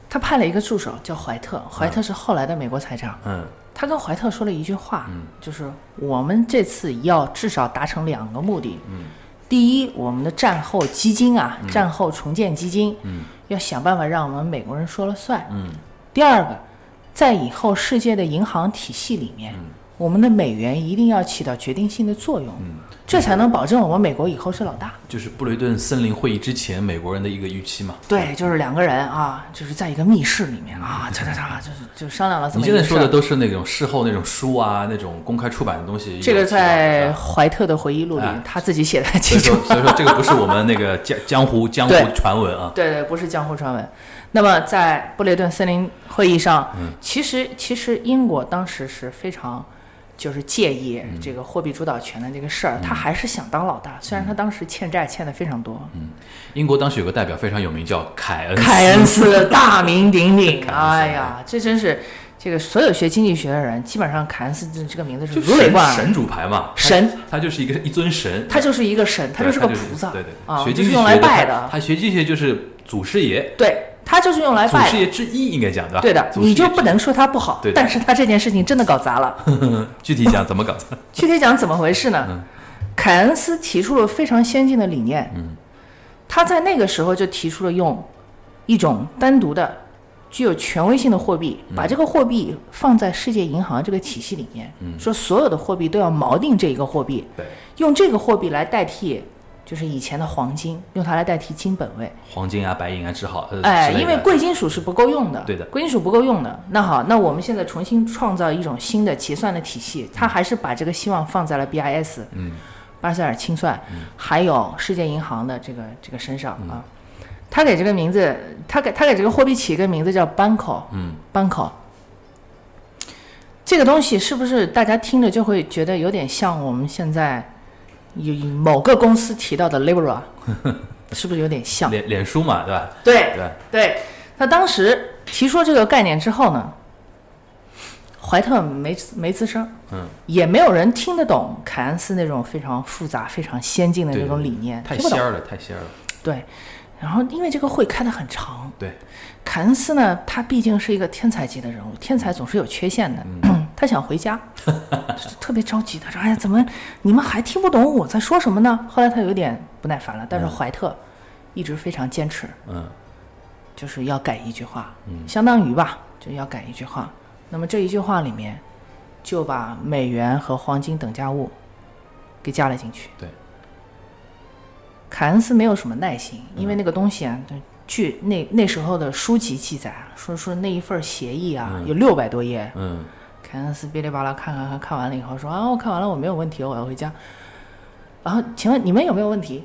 [SPEAKER 3] 他派了一个助手叫怀特，怀
[SPEAKER 2] 啊
[SPEAKER 3] 特是后来的美国财长。
[SPEAKER 2] 嗯
[SPEAKER 3] 他跟怀特说了一句话，就是我们这次要至少达成两个目的。
[SPEAKER 2] 嗯
[SPEAKER 3] 第一，我们的战后基金啊，战后重建基金，
[SPEAKER 2] 嗯
[SPEAKER 3] 要想办法让我们美国人说了算。第二个，在以后世界的银行体系里面，
[SPEAKER 2] 嗯
[SPEAKER 3] 我们的美元一定要起到决定性的作用，
[SPEAKER 2] 嗯
[SPEAKER 3] 这才能保证我们美国以后是老大。
[SPEAKER 2] 就是布雷顿森林会议之前美国人的一个预期嘛。
[SPEAKER 3] 对，就是两个人啊，就是在一个密室里面啊，嚓嚓嚓，就是就商量了
[SPEAKER 2] 嗯
[SPEAKER 3] 这
[SPEAKER 2] 你
[SPEAKER 3] 么一啊
[SPEAKER 2] 现在
[SPEAKER 3] 个事
[SPEAKER 2] 说的
[SPEAKER 3] 儿。
[SPEAKER 2] 都是那种事后那种书啊，那种公开出版的东西有提
[SPEAKER 3] 这
[SPEAKER 2] 到的。
[SPEAKER 3] 个
[SPEAKER 2] 是
[SPEAKER 3] 在
[SPEAKER 2] 吧
[SPEAKER 3] 怀特的回忆录里
[SPEAKER 2] 哎，
[SPEAKER 3] 他自己写的很
[SPEAKER 2] 所以
[SPEAKER 3] 清楚
[SPEAKER 2] 说。所以说这个不是我们那个江江湖江湖
[SPEAKER 3] 对
[SPEAKER 2] 传闻啊，
[SPEAKER 3] <laughs> 对对，不是江湖传闻。那么
[SPEAKER 2] 嗯
[SPEAKER 3] 在布雷顿森林会议上，其实其实英国当时是非常就是介意
[SPEAKER 2] 嗯
[SPEAKER 3] 这个货币主导权的这个事儿，他还是想当老大，虽然他当时欠债欠的非常多。
[SPEAKER 2] 嗯英国当时有个代表非常有名，叫凯恩斯。
[SPEAKER 3] 凯恩斯大名鼎
[SPEAKER 2] <laughs>
[SPEAKER 3] 鼎，
[SPEAKER 2] 凯恩斯
[SPEAKER 3] 哎呀，这真是这个所有学经济学的人，基本上凯恩斯这这个名字是
[SPEAKER 2] 就
[SPEAKER 3] 如雷
[SPEAKER 2] 神
[SPEAKER 3] 贯耳。
[SPEAKER 2] 神主牌嘛，他
[SPEAKER 3] 神，
[SPEAKER 2] 他就是一个一尊神，
[SPEAKER 3] 他就是一个神，他
[SPEAKER 2] 对
[SPEAKER 3] 就是个菩萨，
[SPEAKER 2] 对对对，
[SPEAKER 3] 啊，
[SPEAKER 2] 学
[SPEAKER 3] 就
[SPEAKER 2] 经
[SPEAKER 3] 是
[SPEAKER 2] 济
[SPEAKER 3] 用
[SPEAKER 2] 学
[SPEAKER 3] 来拜
[SPEAKER 2] 他
[SPEAKER 3] 的，
[SPEAKER 2] 他学经济学就是祖师爷，
[SPEAKER 3] 对他就是用来
[SPEAKER 2] 祖
[SPEAKER 3] 拜
[SPEAKER 2] 师
[SPEAKER 3] 的。
[SPEAKER 2] 爷之一应该讲对 <laughs> 吧？
[SPEAKER 3] 对的，
[SPEAKER 2] 祖师
[SPEAKER 3] 你
[SPEAKER 2] 爷
[SPEAKER 3] 就不能说他不好
[SPEAKER 2] 对，的
[SPEAKER 3] 但是他这件事情真的搞
[SPEAKER 2] <laughs>
[SPEAKER 3] 砸了。
[SPEAKER 2] 具体讲怎么搞的？ <laughs>
[SPEAKER 3] 具体讲怎么回事呢？
[SPEAKER 2] 嗯
[SPEAKER 3] 凯恩斯提出了非常先进的理念，
[SPEAKER 2] 嗯
[SPEAKER 3] 他在那个时候就提出了用一种单独的、具有权威性的货币，
[SPEAKER 2] 嗯
[SPEAKER 3] 把这个货币放在世界银行这个体系里面，
[SPEAKER 2] 嗯
[SPEAKER 3] 说所有的货币都要锚定这一个货币，
[SPEAKER 2] 对，
[SPEAKER 3] 用这个货币来代替。就是以前的黄金，用它来代替金本位。
[SPEAKER 2] 黄金啊、白银啊、只好呃，
[SPEAKER 3] 哎，
[SPEAKER 2] 之类
[SPEAKER 3] 因为
[SPEAKER 2] 的
[SPEAKER 3] 贵金属是不够用的，
[SPEAKER 2] 对的
[SPEAKER 3] 贵金属不够用的。那好，那我们现在重新创造一种新的结算的体系，它还是把这个希望放在了 BIS，
[SPEAKER 2] 嗯，
[SPEAKER 3] 巴塞尔清算，还有世界银行的这个这个身上
[SPEAKER 2] 嗯
[SPEAKER 3] 啊。他给这个名字，他给他给这个货币起一个名字叫 Banco，
[SPEAKER 2] 嗯
[SPEAKER 3] ，Banco。这个东西是不是大家听着就会觉得有点像我们现在有某个公司提到的
[SPEAKER 2] <laughs>
[SPEAKER 3] Libra，是不是有点像？
[SPEAKER 2] 脸脸书嘛，对吧？
[SPEAKER 3] 对
[SPEAKER 2] 对吧，
[SPEAKER 3] 对，那当时提出这个概念之后呢，怀特没没吱声，
[SPEAKER 2] 嗯，
[SPEAKER 3] 也没有人听得懂凯恩斯那种非常复杂、非常先进的
[SPEAKER 2] 对
[SPEAKER 3] 那种
[SPEAKER 2] 对
[SPEAKER 3] 理念，
[SPEAKER 2] 太
[SPEAKER 3] 听不懂
[SPEAKER 2] 仙。儿了，太仙儿了，
[SPEAKER 3] 对，然后因为这个会开得很长，
[SPEAKER 2] 对，
[SPEAKER 3] 凯恩斯呢，他毕竟是一个天才级的人物，天才总是有缺陷的。
[SPEAKER 2] 嗯
[SPEAKER 3] <clears throat> 他想回家，就是特别着急。他说：“哎呀，怎么你们还听不懂我在说什么呢？”后来他有点不耐烦了，但是怀特一直非常坚持，
[SPEAKER 2] 嗯，
[SPEAKER 3] 就是要改一句话，
[SPEAKER 2] 嗯
[SPEAKER 3] 相当于吧，就要改一句话。那么这一句话里面，就把美元和黄金等价物给加了进去。
[SPEAKER 2] 对，
[SPEAKER 3] 凯恩斯没有什么耐心，
[SPEAKER 2] 嗯
[SPEAKER 3] 因为那个东西啊，对据那那时候的书籍记载啊，说说那一份协议啊，
[SPEAKER 2] 嗯
[SPEAKER 3] 有六百多页。
[SPEAKER 2] 嗯，
[SPEAKER 3] 凯恩斯哔哩吧啦看看看，看完了以后说啊，我看完了，我没有问题，我要回家。然后，请问你们有没有问题？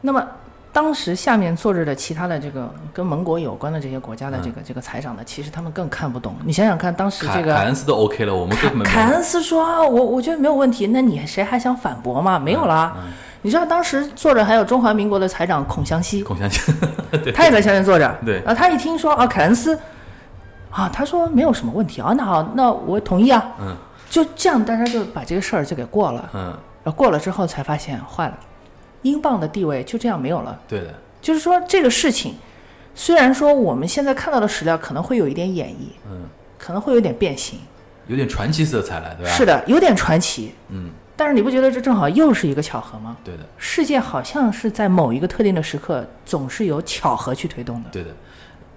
[SPEAKER 3] 那么当时下面坐着的其他的这个跟盟国有关的这些国家的这
[SPEAKER 2] 嗯
[SPEAKER 3] 个、这个财长呢，其实他们更看不懂。你想想看，当时
[SPEAKER 2] 凯
[SPEAKER 3] 这个
[SPEAKER 2] 凯恩斯都 OK 了，我们根本没
[SPEAKER 3] 凯恩斯说：“啊我我觉得没有问题，那你谁还想反驳吗？没有啦。
[SPEAKER 2] 嗯
[SPEAKER 3] 你知道当时坐着还有中华民国的财长孔祥熙，
[SPEAKER 2] 孔祥熙， <laughs> 对
[SPEAKER 3] 他也在下面坐着。
[SPEAKER 2] 对
[SPEAKER 3] 然后他一听说啊，凯恩斯，啊，他说没有什么问题啊，那好，那我同意啊。
[SPEAKER 2] 嗯
[SPEAKER 3] 就这样，大家就把这个事儿就给过了。
[SPEAKER 2] 嗯，
[SPEAKER 3] 然后过了之后才发现坏了，英镑的地位就这样没有了。
[SPEAKER 2] 对的，
[SPEAKER 3] 就是说这个事情，虽然说我们现在看到的史料可能会有一点演绎，
[SPEAKER 2] 嗯，
[SPEAKER 3] 可能会有点变形，
[SPEAKER 2] 有点传奇色彩了，对吧？
[SPEAKER 3] 是，的，有点传奇。
[SPEAKER 2] 嗯，
[SPEAKER 3] 但是你不觉得这正好又是一个巧合吗？
[SPEAKER 2] 对的。
[SPEAKER 3] 世界好像是在某一个特定的时刻，总是由巧合去推动的。
[SPEAKER 2] 对的，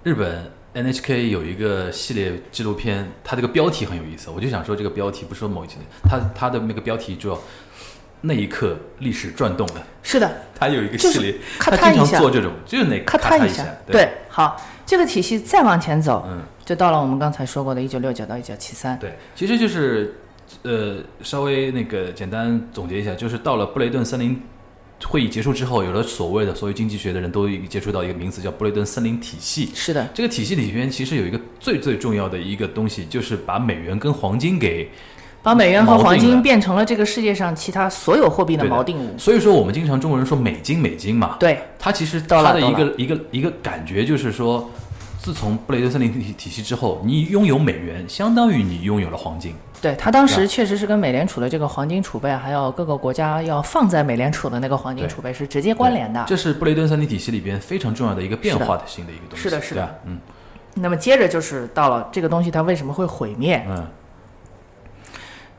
[SPEAKER 2] 日本 NHK 有一个系列纪录片，它这个标题很有意思，我就想说这个标题不是说某一集，它它的那个标题叫“那一刻历史转动的 <laughs>
[SPEAKER 3] 是的，”，
[SPEAKER 2] 它有一个
[SPEAKER 3] 就
[SPEAKER 2] 系
[SPEAKER 3] 是
[SPEAKER 2] 列，
[SPEAKER 3] 咔
[SPEAKER 2] 它
[SPEAKER 3] 嗒
[SPEAKER 2] 经
[SPEAKER 3] 一下
[SPEAKER 2] 常做这种，就是那
[SPEAKER 3] 咔
[SPEAKER 2] 嗒
[SPEAKER 3] 嗒
[SPEAKER 2] 一
[SPEAKER 3] 下，
[SPEAKER 2] 对，
[SPEAKER 3] 对，好，这个体系再往前走，
[SPEAKER 2] 嗯，
[SPEAKER 3] 就到了我们刚才说过的1969到1973。
[SPEAKER 2] 对，其实就是呃，稍微那个简单总结一下，就是到了布雷顿森林。会议结束之后，有了所谓的所有经济学的人都接触到一个名词叫布雷顿森林体系。
[SPEAKER 3] 是的，
[SPEAKER 2] 这个体系里边其实有一个最最重要的一个东西，就是把美元跟黄金给
[SPEAKER 3] 把美元和黄
[SPEAKER 2] 锚定
[SPEAKER 3] 金
[SPEAKER 2] 了
[SPEAKER 3] 变成了这个世界上其他所有货币的
[SPEAKER 2] 对的
[SPEAKER 3] 锚定物。
[SPEAKER 2] 所以说，我们经常中国人说美金美金嘛，
[SPEAKER 3] 对，
[SPEAKER 2] 它其实
[SPEAKER 3] 到
[SPEAKER 2] 它
[SPEAKER 3] 了
[SPEAKER 2] 的一
[SPEAKER 3] 到
[SPEAKER 2] 个一个一个感觉就是说，自从布雷顿森林体体系之后，你拥有美元，相当于你拥有了黄金。
[SPEAKER 3] 对他当
[SPEAKER 2] 是吧啊
[SPEAKER 3] 时确实是跟美联储的这个黄金储备，还有各个国家要放在美联储的那个黄金
[SPEAKER 2] 对
[SPEAKER 3] 储备是直接关联的。
[SPEAKER 2] 这是布雷顿森林体系里边非常重要的一个变
[SPEAKER 3] 是的
[SPEAKER 2] 化的新的一个东西。
[SPEAKER 3] 是的是的
[SPEAKER 2] 对吧，嗯
[SPEAKER 3] 那么接着就是到了这个东西它为什么会毁灭，
[SPEAKER 2] 嗯，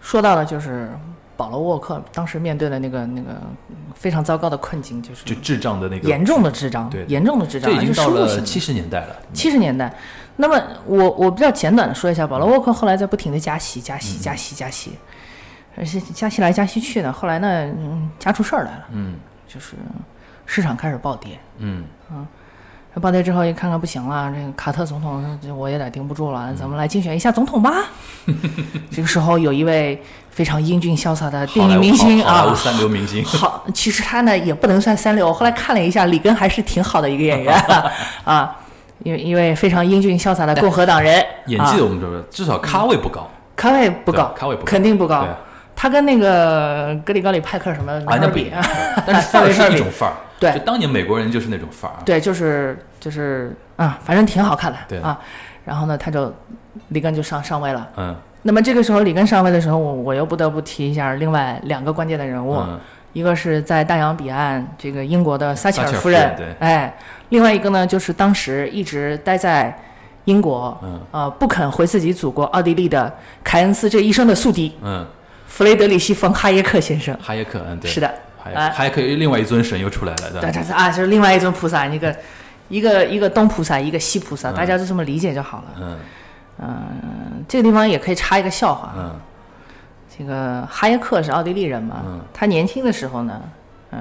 [SPEAKER 3] 说到的就是保罗沃克当时面对的那个那个嗯非常糟糕的困境，就是
[SPEAKER 2] 就智障的那个
[SPEAKER 3] 严，重的滞胀
[SPEAKER 2] 对，的
[SPEAKER 3] 严重的滞胀，
[SPEAKER 2] 这已经
[SPEAKER 3] 而且
[SPEAKER 2] 到
[SPEAKER 3] 输入
[SPEAKER 2] 了
[SPEAKER 3] 型
[SPEAKER 2] 七十年代了。
[SPEAKER 3] 七十年代。那么我我比较简短的说一下，保罗沃克后来在不停的加息、加息、加息、加息，而且加息来加息去呢，后来呢，嗯，加出事儿来了，
[SPEAKER 2] 嗯
[SPEAKER 3] 就是市场开始暴跌。
[SPEAKER 2] 嗯，
[SPEAKER 3] 暴跌之后一看看不行了，这个卡特总统这我有点顶不住了，咱们来竞选一下总统
[SPEAKER 2] <laughs>
[SPEAKER 3] 吧。这个时候有一位非常英俊潇洒的电
[SPEAKER 2] 好莱
[SPEAKER 3] 影
[SPEAKER 2] 坞
[SPEAKER 3] 明星
[SPEAKER 2] 好好莱
[SPEAKER 3] 啊。
[SPEAKER 2] 坞，三流明星
[SPEAKER 3] <laughs> 好，其实他呢也不能算三流。我后来看了一下，里根还是挺好的一个
[SPEAKER 2] <laughs>
[SPEAKER 3] 演员啊，因为因为非常英俊潇洒的共和党人，
[SPEAKER 2] 演技
[SPEAKER 3] 啊
[SPEAKER 2] 我们说，至少咖位不高，
[SPEAKER 3] 咖位不高
[SPEAKER 2] 对，咖位不高
[SPEAKER 3] 肯定不高
[SPEAKER 2] 对。
[SPEAKER 3] 它跟那个格里高里派克什么没
[SPEAKER 2] 啊，
[SPEAKER 3] 法
[SPEAKER 2] 那不一
[SPEAKER 3] 比
[SPEAKER 2] 样
[SPEAKER 3] 啊，， <laughs>
[SPEAKER 2] 但是范儿是一种范儿，
[SPEAKER 3] 对
[SPEAKER 2] 就当年美国人就是那种范儿，啊
[SPEAKER 3] 对，就是就是啊，反正挺好看的，
[SPEAKER 2] 对
[SPEAKER 3] 啊。然后呢，他就里根就上上位了。 <laughs>
[SPEAKER 2] 嗯
[SPEAKER 3] 那么这个时候里根上位的时候，我我又不得不提一下另外两个关键的人物，
[SPEAKER 2] 嗯，
[SPEAKER 3] 一个是在大洋彼岸这个英国的撒
[SPEAKER 2] 撒
[SPEAKER 3] 切尔
[SPEAKER 2] 切尔
[SPEAKER 3] 夫
[SPEAKER 2] 夫人
[SPEAKER 3] 人，
[SPEAKER 2] 对
[SPEAKER 3] 哎，另外一个呢就是当时一直待在英国，
[SPEAKER 2] 嗯
[SPEAKER 3] 呃，不肯回自己祖国奥地利的凯恩斯这一生的宿敌
[SPEAKER 2] 嗯，
[SPEAKER 3] 弗雷德里希·冯·哈耶克先生。
[SPEAKER 2] 哈耶克，嗯，对，
[SPEAKER 3] 是的，
[SPEAKER 2] 还
[SPEAKER 3] 哎
[SPEAKER 2] 还可以，另外一尊神又出来了，对吧？
[SPEAKER 3] 对对对啊，就是另外一尊菩萨，一个一个一个东菩萨，一个西菩萨，大家就这么理解就好了。
[SPEAKER 2] 嗯
[SPEAKER 3] 嗯这个地方也可以插一个笑话，
[SPEAKER 2] 嗯
[SPEAKER 3] 这个哈耶克是奥地利人嘛，
[SPEAKER 2] 嗯
[SPEAKER 3] 他年轻的时候呢，嗯，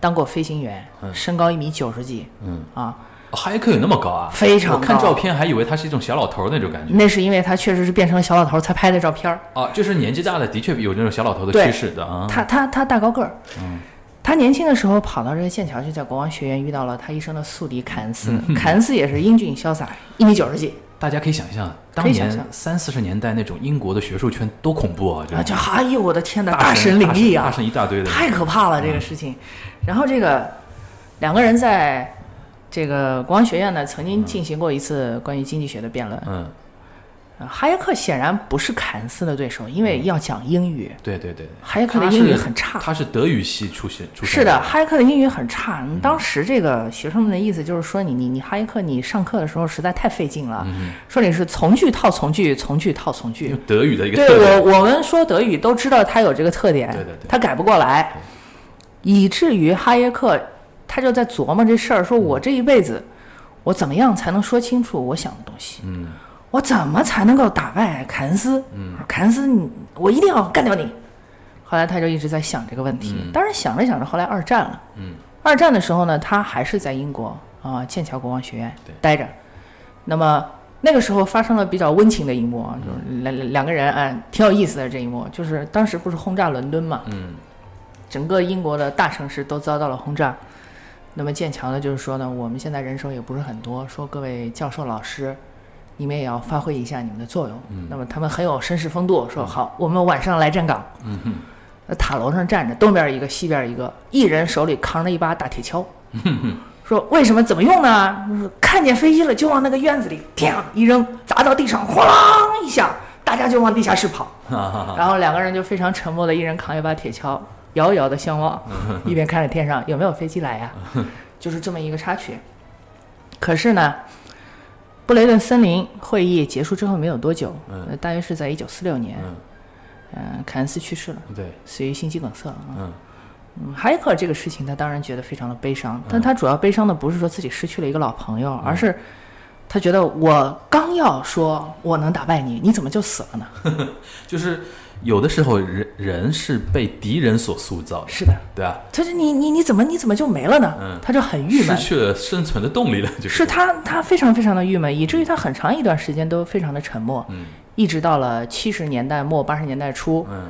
[SPEAKER 3] 当过飞行员，身高一米九十几
[SPEAKER 2] 嗯，
[SPEAKER 3] 啊，
[SPEAKER 2] 哈耶克有那么高啊？
[SPEAKER 3] 非常
[SPEAKER 2] 我看
[SPEAKER 3] 高
[SPEAKER 2] 照片还以为他是一种小老头儿那种感觉
[SPEAKER 3] 那是因为他确实是变成了小老头儿才拍的照片儿。
[SPEAKER 2] 啊，就是年纪大了，的确有那种小老头的
[SPEAKER 3] 对
[SPEAKER 2] 趋势的啊。
[SPEAKER 3] 他他他大高个儿，
[SPEAKER 2] 嗯
[SPEAKER 3] 他年轻的时候跑到这个剑桥去，在国王学院遇到了他一生的宿敌凯恩斯，
[SPEAKER 2] 嗯
[SPEAKER 3] 凯恩斯也是英俊潇洒，一米九十几，
[SPEAKER 2] 大家可以想象，啊当
[SPEAKER 3] 可以想
[SPEAKER 2] 年
[SPEAKER 3] 象
[SPEAKER 2] 三四十年代那种英国的学术圈多恐怖啊！
[SPEAKER 3] 啊，
[SPEAKER 2] 就
[SPEAKER 3] 就哎呦我的天呐，
[SPEAKER 2] 大
[SPEAKER 3] 神领
[SPEAKER 2] 神嗯
[SPEAKER 3] 域
[SPEAKER 2] 大
[SPEAKER 3] 啊，
[SPEAKER 2] 神一大堆的，
[SPEAKER 3] 太可怕了这个事情。然后这个两个人在这个国王学院呢，曾经进行过一次关于经济学的辩论。
[SPEAKER 2] 嗯，
[SPEAKER 3] 呃哈耶克显然不是凯恩斯的对手，因为要讲英语，
[SPEAKER 2] 对对对，
[SPEAKER 3] 哈耶克
[SPEAKER 2] 嗯
[SPEAKER 3] 的
[SPEAKER 2] 他
[SPEAKER 3] 英语
[SPEAKER 2] 是
[SPEAKER 3] 很差。
[SPEAKER 2] 他是德语系出身，出身
[SPEAKER 3] 是的，，哈耶克的英语很差。
[SPEAKER 2] 嗯
[SPEAKER 3] 当时这个学生们的意思就是说你，你你哈耶克，你上课的时候实在太费劲
[SPEAKER 2] 嗯
[SPEAKER 3] 了，说你是从句套从句，从句套从句
[SPEAKER 2] 用。德语的一个
[SPEAKER 3] 对
[SPEAKER 2] 特点
[SPEAKER 3] 我，我们说德语都知道他有这个特点，
[SPEAKER 2] 对对对
[SPEAKER 3] 他改不过来，以至于哈耶克他就在琢磨这事
[SPEAKER 2] 嗯
[SPEAKER 3] 儿，说我这一辈子我怎么样才能说清楚我想的东西？嗯，我怎么才能够打败凯恩斯？嗯，凯恩斯，你我一定要干掉你。后来他就一直在想这个问题，当然想着想着，后来二战了，嗯，二战的时候呢，他还是在英国啊、剑桥国王学院
[SPEAKER 2] 对
[SPEAKER 3] 待着，那么那个时候发生了比较温情的一幕啊，就是两两个人哎，挺有意思的这一幕，就是当时不是轰炸伦敦嘛，嗯，整个英国的大城市都遭到了轰炸。那么剑桥呢，就是说呢，我们现在人手也不是很多，说各位教授老师，你们也要发挥一下你们的作用。那么他们很有绅士风度，说好，我们晚上来站岗。嗯那塔楼上站着，东边一个，西边一个，一人手里扛着一把大铁锹。说为什么怎么用呢？说看见飞机了就往那个院子里啪一扔，砸到地上，哗啦一下，大家就往地下室跑。
[SPEAKER 2] 啊
[SPEAKER 3] 然后两个人就非常沉默的，一人扛一把铁锹，遥遥的相望，一边看着天上有没有飞机来呀、就是这么一个插曲。可是呢，布雷顿森林会议结束之后没有多久，呃大约是在一九四六年，
[SPEAKER 2] 嗯
[SPEAKER 3] 嗯、凯恩斯去世了，
[SPEAKER 2] <laughs> 对，
[SPEAKER 3] 死于心肌梗塞啊。
[SPEAKER 2] 嗯
[SPEAKER 3] 嗯，哈耶克这个事情，他当然觉得非常的悲伤，但他主要悲伤的不是说自己失去了一个老朋友，而是他觉得我刚要说我能打败你，你怎么就死了呢？
[SPEAKER 2] 就是有的时候人人是被敌人所塑造的，
[SPEAKER 3] 是的，
[SPEAKER 2] 对吧？
[SPEAKER 3] 他说你你你怎么你怎么就没了呢？
[SPEAKER 2] 嗯
[SPEAKER 3] 他就很郁
[SPEAKER 2] 失
[SPEAKER 3] 闷，
[SPEAKER 2] 去了生存的动力了，就是
[SPEAKER 3] 他他非常非常的郁闷，以至于他很长一段时间都非常的沉默，
[SPEAKER 2] 嗯
[SPEAKER 3] 一直到了七十年代末八十年代初，
[SPEAKER 2] 嗯，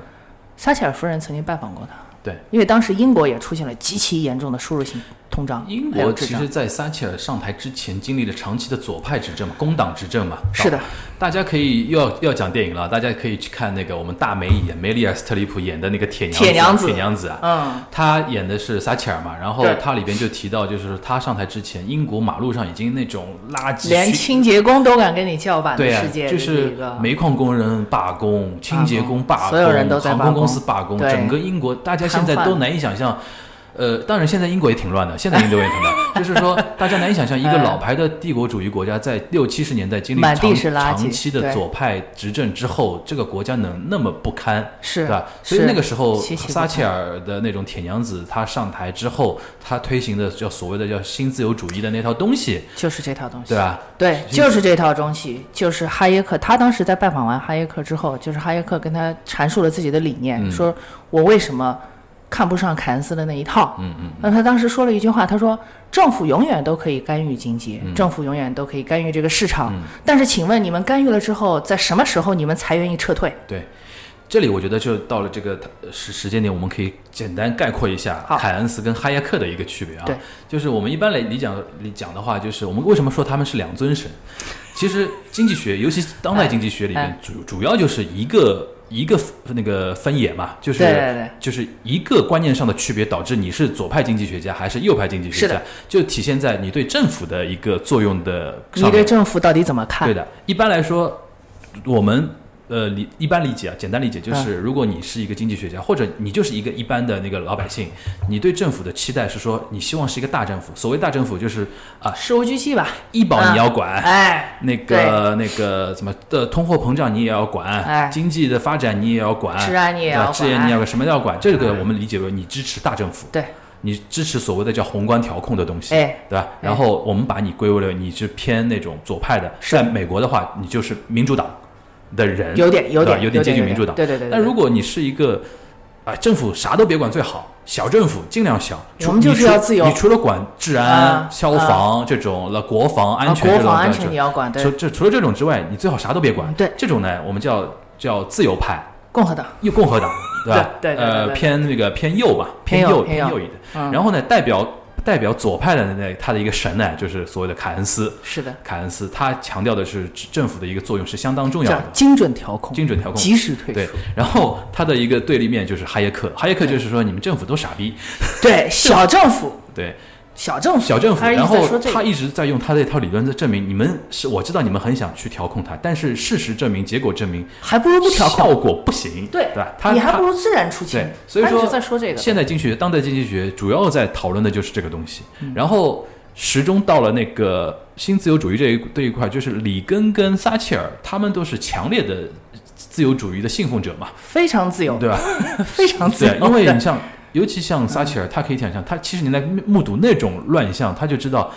[SPEAKER 3] 撒切尔夫人曾经拜访过他，
[SPEAKER 2] 对。
[SPEAKER 3] 因为当时英国也出现了极其严重的输入性通胀，
[SPEAKER 2] 英
[SPEAKER 3] 还有
[SPEAKER 2] 国
[SPEAKER 3] 滞
[SPEAKER 2] 其
[SPEAKER 3] 胀
[SPEAKER 2] 实，在撒切尔上台之前，经历了长期的左派执政嘛，工党执政嘛。
[SPEAKER 3] 是的
[SPEAKER 2] 到，大家可以又要要讲电影了，大家可以去看那个我们大梅演梅丽尔·斯特里普演的那个铁娘
[SPEAKER 3] 铁娘子
[SPEAKER 2] 铁娘子啊，
[SPEAKER 3] 嗯，
[SPEAKER 2] 她演的是撒切尔嘛，然后
[SPEAKER 3] 对
[SPEAKER 2] 她里边就提到，就是她上台之前，英国马路上已经那种垃圾
[SPEAKER 3] 连
[SPEAKER 2] 熏
[SPEAKER 3] 清洁工都敢跟你叫板的
[SPEAKER 2] 对啊
[SPEAKER 3] 世界，，
[SPEAKER 2] 就
[SPEAKER 3] 这是
[SPEAKER 2] 是
[SPEAKER 3] 一个
[SPEAKER 2] 煤矿工人罢工、清洁工罢工，
[SPEAKER 3] 所有人都在
[SPEAKER 2] 航
[SPEAKER 3] 罢
[SPEAKER 2] 空
[SPEAKER 3] 工
[SPEAKER 2] 公司罢工，
[SPEAKER 3] 对
[SPEAKER 2] 整个英国大家现在
[SPEAKER 3] 瘫痪
[SPEAKER 2] 都难以想象。呃，当然，现在英国也挺乱的，现在英国也挺乱，就是说，大家难以想
[SPEAKER 3] <laughs>
[SPEAKER 2] 象一个老牌的帝国主义国家，在六七十年代经历
[SPEAKER 3] 哎满
[SPEAKER 2] 长
[SPEAKER 3] 地是垃圾
[SPEAKER 2] 长期的
[SPEAKER 3] 对
[SPEAKER 2] 左派执政之后，这个国家能那么不堪，
[SPEAKER 3] 是
[SPEAKER 2] 对吧？所以
[SPEAKER 3] 是
[SPEAKER 2] 那个时候，
[SPEAKER 3] 极其不
[SPEAKER 2] 撒
[SPEAKER 3] 堪
[SPEAKER 2] 切尔的那种铁娘子，她上台之后，她推行的叫所谓的叫新自由主义的那套东西，
[SPEAKER 3] 就是这套东西，
[SPEAKER 2] 对吧？
[SPEAKER 3] 对，就是这套东西，就是哈耶克。他当时在拜访完哈耶克之后，就是哈耶克跟他阐述了自己的理
[SPEAKER 2] 嗯
[SPEAKER 3] 念，说我为什么看不上凯恩斯的那一套。嗯嗯。那他当时说了一句话，他说：“政府永远都可以干预经济，
[SPEAKER 2] 嗯
[SPEAKER 3] 政府永远都可以干预这个市场。但是，请问你们干预了之后，在什么时候你们才愿意撤退？
[SPEAKER 2] 对，这里我觉得就到了这个呃时时间点，我们可以简单概括一下
[SPEAKER 3] 好
[SPEAKER 2] 凯恩斯跟哈耶克的一个区别啊。
[SPEAKER 3] 对，
[SPEAKER 2] 就是我们一般来理讲理讲的话，就是我们为什么说他们是两尊神？其实经济学，尤其是当代经济学里
[SPEAKER 3] 哎
[SPEAKER 2] 面，主主要就是一个。一个那个分野嘛，就是
[SPEAKER 3] 对对对
[SPEAKER 2] 就是一个观念上的区别，导致你是左派经济学家还是右派经济学
[SPEAKER 3] 是
[SPEAKER 2] 家
[SPEAKER 3] 的，
[SPEAKER 2] 就体现在你对政府的一个作用的上
[SPEAKER 3] 你对
[SPEAKER 2] 面。
[SPEAKER 3] 政府到底怎么看？
[SPEAKER 2] 对的，一般来说，我们呃理一般理解啊，简单理解就是，如果你是一个经济学家，或者你就是一个一般的那个老百姓，你对政府的期待是说，你希望是一个大政府。所谓大政府就是啊，
[SPEAKER 3] 事无巨细吧。
[SPEAKER 2] 医保你要管，
[SPEAKER 3] 哎，
[SPEAKER 2] 那个那个怎么的通货膨胀你也要管，
[SPEAKER 3] 哎
[SPEAKER 2] 经济的发展你也要管，
[SPEAKER 3] 治安你也要
[SPEAKER 2] 对吧治安
[SPEAKER 3] 管嗯
[SPEAKER 2] 你要什么都要管。这个我们理解为你支持大政府，
[SPEAKER 3] 对，
[SPEAKER 2] 你支持所谓的叫宏观调控的东西，
[SPEAKER 3] 哎
[SPEAKER 2] 对吧？然后我们把你归为了你是偏那种左派的，在美国的话，你就是民主党的人，
[SPEAKER 3] 有点有
[SPEAKER 2] 对吧
[SPEAKER 3] 点
[SPEAKER 2] 有
[SPEAKER 3] 有点
[SPEAKER 2] 接近
[SPEAKER 3] 有点
[SPEAKER 2] 民主党，
[SPEAKER 3] 对对对对
[SPEAKER 2] 但如果你是一个啊、政府啥都别管最好，小政府尽量小，
[SPEAKER 3] 我们就是
[SPEAKER 2] 除你除
[SPEAKER 3] 要自由
[SPEAKER 2] 你除了管治安、
[SPEAKER 3] 啊
[SPEAKER 2] 消防、这种了，国防安
[SPEAKER 3] 啊
[SPEAKER 2] 全
[SPEAKER 3] 国
[SPEAKER 2] 这种
[SPEAKER 3] 防安
[SPEAKER 2] 的
[SPEAKER 3] 全
[SPEAKER 2] 这
[SPEAKER 3] 你要管，
[SPEAKER 2] 除
[SPEAKER 3] 对，
[SPEAKER 2] 这除了这种之外，你最好啥都别管。
[SPEAKER 3] 对
[SPEAKER 2] 这种呢，我们叫叫自由派，
[SPEAKER 3] 共和党
[SPEAKER 2] 又共和党，对吧？
[SPEAKER 3] 对对对对
[SPEAKER 2] 呃，
[SPEAKER 3] 对
[SPEAKER 2] 偏那个偏右吧，
[SPEAKER 3] 偏
[SPEAKER 2] 右
[SPEAKER 3] 右
[SPEAKER 2] 偏
[SPEAKER 3] 偏右嗯
[SPEAKER 2] 右一点。然后呢，代表代表左派的那他的一个神呢，就是所谓的凯恩斯。
[SPEAKER 3] 是的，
[SPEAKER 2] 凯恩斯他强调的是政府的一个作用是相当重要
[SPEAKER 3] 叫
[SPEAKER 2] 的，
[SPEAKER 3] 精准调控，
[SPEAKER 2] 精准调控。
[SPEAKER 3] 及时退
[SPEAKER 2] 对
[SPEAKER 3] 出。，
[SPEAKER 2] 然后他的一个对立面就是哈耶克，哈耶克就是说你们政府都傻逼，
[SPEAKER 3] 对，小政府，
[SPEAKER 2] 对，
[SPEAKER 3] 小政府，
[SPEAKER 2] 小政府，
[SPEAKER 3] 他一直
[SPEAKER 2] 然
[SPEAKER 3] 在
[SPEAKER 2] 后
[SPEAKER 3] 说这
[SPEAKER 2] 他
[SPEAKER 3] 个，
[SPEAKER 2] 一直在用他的一套理论在证明你们是，我知道你们很想去调控它，但是事实证明，结果证明
[SPEAKER 3] 还不如不调控，
[SPEAKER 2] 效果不行，
[SPEAKER 3] 对
[SPEAKER 2] 对吧？他
[SPEAKER 3] 你还不
[SPEAKER 2] 他
[SPEAKER 3] 如自然出清
[SPEAKER 2] 对。，所以
[SPEAKER 3] 他一
[SPEAKER 2] 说
[SPEAKER 3] 直在说这个，
[SPEAKER 2] 现代经济学、当代经济学主要在讨论的就是这个东西，
[SPEAKER 3] 嗯
[SPEAKER 2] 然后始终到了那个新自由主义这一这一块，就是里根跟撒切尔他们都是强烈的自由主义的信奉者嘛，
[SPEAKER 3] 非常自由，
[SPEAKER 2] 对吧？
[SPEAKER 3] <laughs> 非常自由
[SPEAKER 2] 对，，因为你
[SPEAKER 3] 对
[SPEAKER 2] 像，尤其像撒切尔，他可以想象，他七十年代目睹那种乱象，他就知道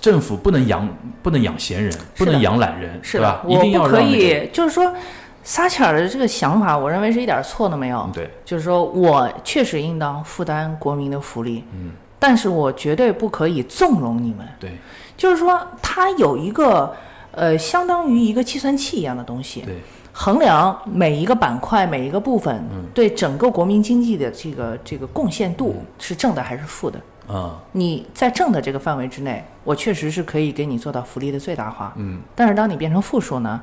[SPEAKER 2] 政府不能养不能养闲人，不能养懒人，
[SPEAKER 3] 是
[SPEAKER 2] 对吧
[SPEAKER 3] 的，？
[SPEAKER 2] 一
[SPEAKER 3] 我
[SPEAKER 2] 定要
[SPEAKER 3] 不可
[SPEAKER 2] 让那个
[SPEAKER 3] 以，就是说，撒切尔的这个想法，我认为是一点错都没有
[SPEAKER 2] 嗯。对
[SPEAKER 3] 就是说我确实应当负担国民的福利，嗯，但是我绝对不可以纵容你们。
[SPEAKER 2] 对
[SPEAKER 3] 就是说，它有一个呃，相当于一个计算器一样的东西，
[SPEAKER 2] 对
[SPEAKER 3] 衡量每一个板块、每一个部分、对整个国民经济的这个这个贡献度是正的还是负的。
[SPEAKER 2] 啊、
[SPEAKER 3] 你在正的这个范围之内，我确实是可以给你做到福利的最大化。嗯，但是当你变成负数呢，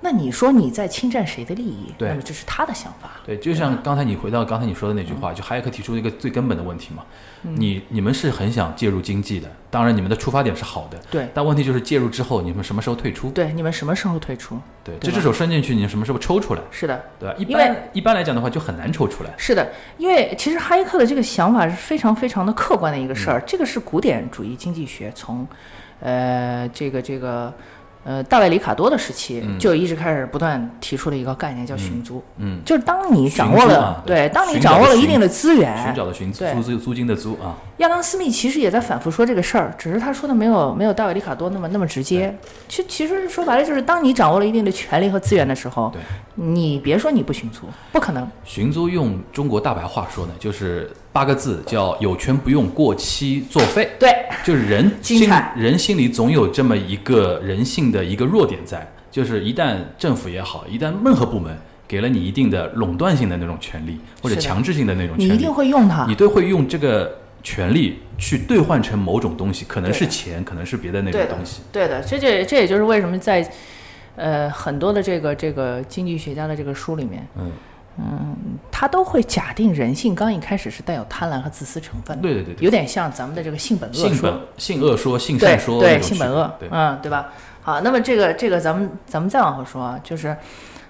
[SPEAKER 3] 那你说你在侵占谁的利益？
[SPEAKER 2] 对
[SPEAKER 3] 那么这是他的想法。
[SPEAKER 2] 对，就像刚才你回到刚才你说的那句话，就哈耶克提出一个最根本的问题嘛，
[SPEAKER 3] 嗯
[SPEAKER 2] 你你们是很想介入经济的，当然你们的出发点是好的，
[SPEAKER 3] 对
[SPEAKER 2] 但问题就是介入之后你们什么时候退出？
[SPEAKER 3] 对，你们什么时候退出？
[SPEAKER 2] 对，
[SPEAKER 3] 对
[SPEAKER 2] 这
[SPEAKER 3] 吧
[SPEAKER 2] 只手伸进去，你们什么时候抽出来？
[SPEAKER 3] 是的，
[SPEAKER 2] 对吧？一
[SPEAKER 3] 因为
[SPEAKER 2] 般一般来讲的话，就很难抽出来。
[SPEAKER 3] 是的，因为其实哈耶克的这个想法是非常非常的客观的一个事
[SPEAKER 2] 嗯
[SPEAKER 3] 儿，这个是古典主义经济学从，呃，这个这个，呃，大卫里卡多的时期、就一直开始不断提出了一个概念叫寻租，
[SPEAKER 2] 嗯，
[SPEAKER 3] 就是当你掌
[SPEAKER 2] 寻
[SPEAKER 3] 握
[SPEAKER 2] 租
[SPEAKER 3] 了、
[SPEAKER 2] 啊对
[SPEAKER 3] 对，当你
[SPEAKER 2] 寻
[SPEAKER 3] 掌
[SPEAKER 2] 找
[SPEAKER 3] 握
[SPEAKER 2] 的
[SPEAKER 3] 了一
[SPEAKER 2] 寻
[SPEAKER 3] 定的资
[SPEAKER 2] 寻
[SPEAKER 3] 源，
[SPEAKER 2] 找的寻租
[SPEAKER 3] 哎对
[SPEAKER 2] 租租金的租啊，
[SPEAKER 3] 亚当斯密其实也在反复说这个事儿，只是他说的没有没有大卫里卡多那么那么直接。其其实说白了就是，当你掌握了一定的权利和资源的时候
[SPEAKER 2] 对，
[SPEAKER 3] 你别说你不寻租，不可能。
[SPEAKER 2] 寻租用中国大白话说呢，就是八个字，叫“有权不用，过期作废”。
[SPEAKER 3] 对，
[SPEAKER 2] 就是人
[SPEAKER 3] 精
[SPEAKER 2] 心
[SPEAKER 3] 彩
[SPEAKER 2] 人心里总有这么一个人性的一个弱点在，就是一旦政府也好，一旦任何部门给了你一定的垄断性的那种权利，或者
[SPEAKER 3] 是的
[SPEAKER 2] 强制性的那种
[SPEAKER 3] 你
[SPEAKER 2] 权利，
[SPEAKER 3] 一定会用它
[SPEAKER 2] 你。都会用这个权利去兑换成某种东西，可能
[SPEAKER 3] 对
[SPEAKER 2] 是钱，可能是别的那种
[SPEAKER 3] 对的
[SPEAKER 2] 东西。，
[SPEAKER 3] 对的，这这这也就是为什么在，呃，很多的这个这个经济学家的这个书里面，
[SPEAKER 2] 嗯，
[SPEAKER 3] 他都会假定人性刚一开始是带有贪婪和自私成分的，
[SPEAKER 2] 对对对对
[SPEAKER 3] 有点像咱们的这个性本恶说，
[SPEAKER 2] 性本性恶说，性
[SPEAKER 3] 对
[SPEAKER 2] 善说那
[SPEAKER 3] 对
[SPEAKER 2] 种
[SPEAKER 3] 性
[SPEAKER 2] 区别
[SPEAKER 3] 本恶
[SPEAKER 2] 对，
[SPEAKER 3] 嗯，对吧？好，那么这个这个咱们咱们再往后说啊，就是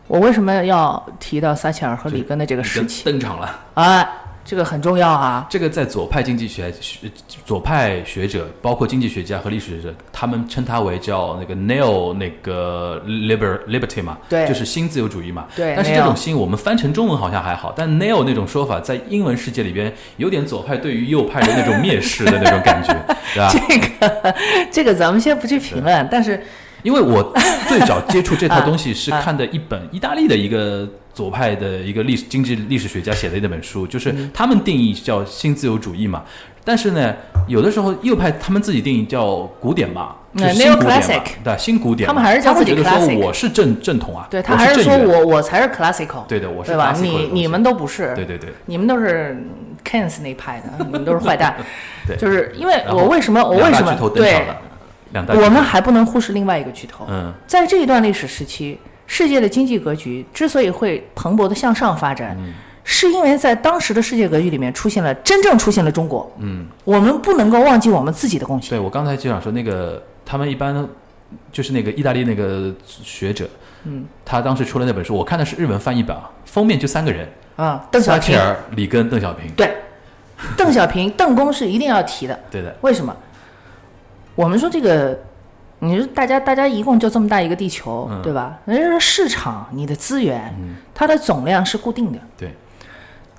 [SPEAKER 3] 我为什么要提到撒切尔和里根的这个
[SPEAKER 2] 已
[SPEAKER 3] 事
[SPEAKER 2] 经
[SPEAKER 3] 情
[SPEAKER 2] 登场了。
[SPEAKER 3] 啊？这个很重要啊，
[SPEAKER 2] 这个在左派经济学学左派学者，包括经济学家和历史学者，他们称它为叫那个 neo 那个 liber liberty 嘛，
[SPEAKER 3] 对
[SPEAKER 2] 就是新自由主义嘛。
[SPEAKER 3] 对
[SPEAKER 2] 但是这种
[SPEAKER 3] neo
[SPEAKER 2] 新我们翻成中文好像还好，但 neo 那种说法在英文世界里边有点左派对于右派的那种蔑视的那种感觉，对
[SPEAKER 3] <laughs>
[SPEAKER 2] 吧？
[SPEAKER 3] 这个这个咱们先不去评论，但是
[SPEAKER 2] 因为我最早接触这套东西
[SPEAKER 3] <laughs> 啊
[SPEAKER 2] 是看的一本意大利的一个左派的一个历史经济历史学家写的那本书，就是
[SPEAKER 3] 嗯
[SPEAKER 2] 他们定义叫新自由主义嘛。但是呢，有的时候右派他们自己定义叫古典嘛，就是
[SPEAKER 3] 嗯
[SPEAKER 2] 新古典嘛
[SPEAKER 3] neoclassic，
[SPEAKER 2] 对新古典嘛。
[SPEAKER 3] 他们还是叫
[SPEAKER 2] 他们
[SPEAKER 3] 自
[SPEAKER 2] 觉
[SPEAKER 3] 己
[SPEAKER 2] 得说
[SPEAKER 3] classic
[SPEAKER 2] 我是正正统啊，
[SPEAKER 3] 对他
[SPEAKER 2] 我
[SPEAKER 3] 还是
[SPEAKER 2] 正
[SPEAKER 3] 说
[SPEAKER 2] 源
[SPEAKER 3] 我我才是 classical，
[SPEAKER 2] 对的，我是
[SPEAKER 3] 对吧？
[SPEAKER 2] classical 的
[SPEAKER 3] 你
[SPEAKER 2] 东西
[SPEAKER 3] 你们都不是，
[SPEAKER 2] 对对对
[SPEAKER 3] 你们都是 Keynes 那一
[SPEAKER 2] <laughs>
[SPEAKER 3] 派的，你们都是坏蛋
[SPEAKER 2] 对。
[SPEAKER 3] 就是因为
[SPEAKER 2] 然后
[SPEAKER 3] 我为什么我为
[SPEAKER 2] 两大
[SPEAKER 3] 什
[SPEAKER 2] 巨
[SPEAKER 3] 么
[SPEAKER 2] 头登
[SPEAKER 3] 对
[SPEAKER 2] 场，了，两大巨
[SPEAKER 3] 我
[SPEAKER 2] 头
[SPEAKER 3] 们还不能忽视另外一个巨头。
[SPEAKER 2] 嗯
[SPEAKER 3] 在这一段历史时期，世界的经济格局之所以会蓬勃的向上发展，
[SPEAKER 2] 嗯
[SPEAKER 3] 是因为在当时的世界格局里面出现了真正出现了中国。嗯，我们不能够忘记我们自己的贡献。
[SPEAKER 2] 对我刚才就想说，那个他们一般就是那个意大利那个学者，嗯，他当时出了那本书，我看的是日文翻译版啊，封面就三个人，
[SPEAKER 3] 啊，邓小
[SPEAKER 2] 撒切
[SPEAKER 3] 平，
[SPEAKER 2] 尔、里根、邓小平，
[SPEAKER 3] 对，邓小平、邓公是一定要提的。
[SPEAKER 2] 对的，
[SPEAKER 3] 为什么？我们说这个，你说大家大家一共就这么大一个地球，
[SPEAKER 2] 嗯
[SPEAKER 3] 对吧？人家说市场，你的资源，它的总量是固定的。
[SPEAKER 2] 对，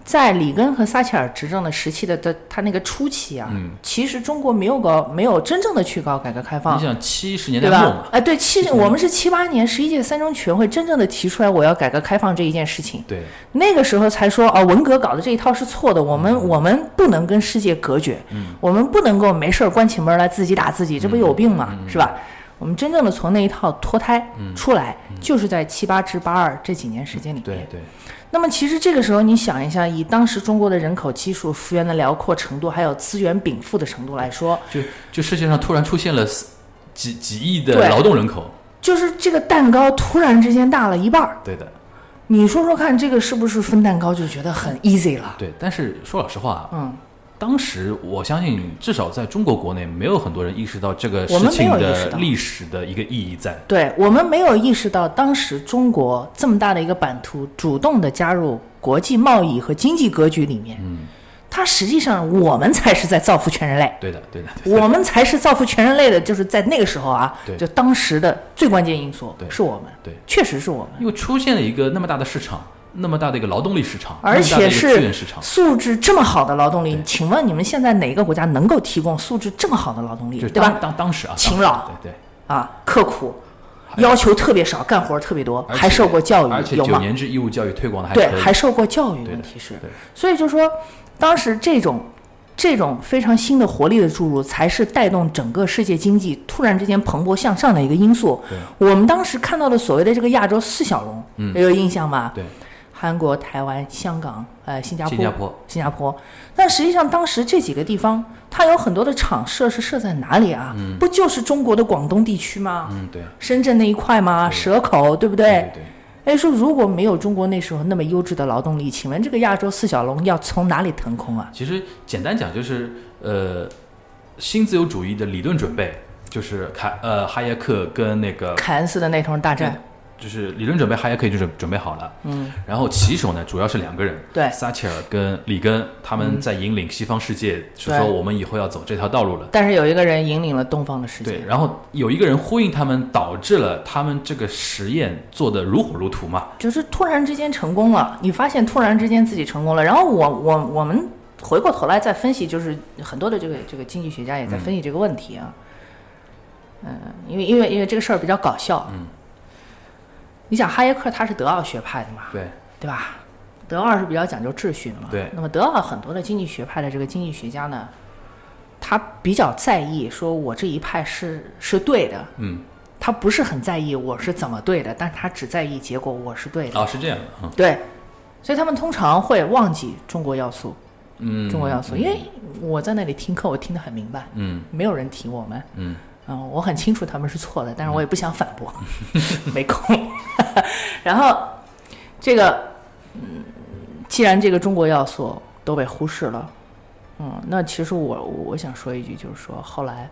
[SPEAKER 3] 在里根和撒切尔执政的时期的的他那个初期啊，
[SPEAKER 2] 嗯
[SPEAKER 3] 其实中国没有搞没有真正的去搞改革开
[SPEAKER 2] 你
[SPEAKER 3] 放，
[SPEAKER 2] 想七十年代
[SPEAKER 3] 啊对
[SPEAKER 2] 末
[SPEAKER 3] 吧
[SPEAKER 2] 嘛？，
[SPEAKER 3] 哎，对，七我们是七八年十一届三中全会真正的提出来我要改革开放这一件事情，
[SPEAKER 2] 对，
[SPEAKER 3] 那个时候才说哦，文革搞的这一套是错的，我们我们不能跟世界隔绝，我们不能够没事儿关起门来自己打自己，这不有病吗？是吧？我们真正的从那一套脱胎出来，就是在七八至八二这几年时间里面
[SPEAKER 2] 对，。对，
[SPEAKER 3] 那么其实这个时候，你想一下，以当时中国的人口基数、幅员的辽阔程度，还有资源禀赋的程度来说，
[SPEAKER 2] 就就世界上突然出现了四几几亿的
[SPEAKER 3] 对
[SPEAKER 2] 劳动人口，
[SPEAKER 3] 就是这个蛋糕突然之间大了一半儿。
[SPEAKER 2] 对的，
[SPEAKER 3] 你说说看，这个是不是分蛋糕就觉得很 easy 了？
[SPEAKER 2] 对。但是说老实话，啊
[SPEAKER 3] 嗯，
[SPEAKER 2] 当时我相信，至少在中国国内，没有很多人意识到这个
[SPEAKER 3] 我
[SPEAKER 2] 事
[SPEAKER 3] 们没
[SPEAKER 2] 情
[SPEAKER 3] 有意识
[SPEAKER 2] 的
[SPEAKER 3] 到
[SPEAKER 2] 历史的一个意义在。
[SPEAKER 3] 对我们没有意识到，当时中国这么大的一个版图，主动的加入国际贸易和经济格局里面，嗯，它实际上我们才是在造福
[SPEAKER 2] <laughs>
[SPEAKER 3] 全人类，
[SPEAKER 2] 对的，对的，对的
[SPEAKER 3] 我们才是造福全人类的，就是在那个时候啊
[SPEAKER 2] 对，
[SPEAKER 3] 就当时的最关键因素
[SPEAKER 2] 对
[SPEAKER 3] 是我们，
[SPEAKER 2] 对，
[SPEAKER 3] 确实是我们。
[SPEAKER 2] 因为出现了一个那么大的市场，那么大的一个劳动力市场，
[SPEAKER 3] 而
[SPEAKER 2] 那么大的
[SPEAKER 3] 且
[SPEAKER 2] 一个资
[SPEAKER 3] 是
[SPEAKER 2] 源市场，
[SPEAKER 3] 素质这么好的劳动力
[SPEAKER 2] 对，
[SPEAKER 3] 请问你们现在哪个国家能够提供素质这么好的劳动力
[SPEAKER 2] 就是，
[SPEAKER 3] 对
[SPEAKER 2] 当
[SPEAKER 3] 吧？
[SPEAKER 2] 当当时啊，
[SPEAKER 3] 勤
[SPEAKER 2] 当时
[SPEAKER 3] 劳
[SPEAKER 2] 对对，
[SPEAKER 3] 啊，刻苦，要求特别少，干活特别多，
[SPEAKER 2] 而
[SPEAKER 3] 还
[SPEAKER 2] 且
[SPEAKER 3] 受过教
[SPEAKER 2] 而
[SPEAKER 3] 育，
[SPEAKER 2] 且
[SPEAKER 3] 有
[SPEAKER 2] 九
[SPEAKER 3] 吗？
[SPEAKER 2] 年制义务教育推广的还
[SPEAKER 3] 对
[SPEAKER 2] 可，以
[SPEAKER 3] 还受过教育，
[SPEAKER 2] 对
[SPEAKER 3] 问
[SPEAKER 2] 的
[SPEAKER 3] 题是，
[SPEAKER 2] 对
[SPEAKER 3] 所以就说，当时这种这种非常新的活力的注入，才是带动整个世界经济突然之间蓬勃向上的一个因素。我们当时看到的所谓的这个亚洲四小龙，嗯，有印象吧？
[SPEAKER 2] 对，
[SPEAKER 3] 韩国、台湾、香港、呃，新加坡、
[SPEAKER 2] 新加坡、
[SPEAKER 3] 新加坡。但实际上，当时这几个地方，它有很多的厂设是设在哪里啊？不就是中国的广东地区吗？
[SPEAKER 2] 嗯对
[SPEAKER 3] 深圳那一块吗？蛇口，对不
[SPEAKER 2] 对对，
[SPEAKER 3] 哎，说如果没有中国那时候那么优质的劳动力，请问这个亚洲四小龙要从哪里腾空啊？
[SPEAKER 2] 其实简单讲就是呃，新自由主义的理论准备就是凯呃哈耶克跟那个
[SPEAKER 3] 凯恩斯的那场大战，
[SPEAKER 2] 就是理论准备，哈耶克已经准准备好了。嗯，然后骑手呢，主要是两个人，
[SPEAKER 3] 对嗯
[SPEAKER 2] 撒切尔跟里根，他们在引领西方世界，是说
[SPEAKER 3] 对
[SPEAKER 2] 我们以后要走这条道路了。
[SPEAKER 3] 但是有一个人引领了东方的世界
[SPEAKER 2] 对，。然后有一个人呼应他们，导致了他们这个实验做得如火如荼嘛。
[SPEAKER 3] 就是突然之间成功了，你发现突然之间自己成功了，然后我我我们回过头来再分析，就是很多的这个这个经济学家也在分析这个问题啊，嗯，因为因为因为这个事儿比较搞笑，嗯，你想哈耶克他是德奥学派的嘛，
[SPEAKER 2] 对，
[SPEAKER 3] 对吧？德奥是比较讲究秩序的嘛。
[SPEAKER 2] 对
[SPEAKER 3] 那么德奥很多的经济学派的这个经济学家呢，他比较在意说我这一派是是对的，
[SPEAKER 2] 嗯，
[SPEAKER 3] 他不是很在意我是怎么对的，但他只在意结果我是对的。
[SPEAKER 2] 啊，是这样的，嗯，
[SPEAKER 3] 对，所以他们通常会忘记中国要素。嗯，中国要素，因为我在那里听课，我听得很明白。
[SPEAKER 2] 嗯，
[SPEAKER 3] 没有人提我们。
[SPEAKER 2] 嗯
[SPEAKER 3] 嗯，我很清楚他们是错的，但是我也不想反驳， <laughs> 没空。 <laughs> 然后这个，嗯，既然这个中国要素都被忽视了，嗯，那其实我我想说一句，就是说后来，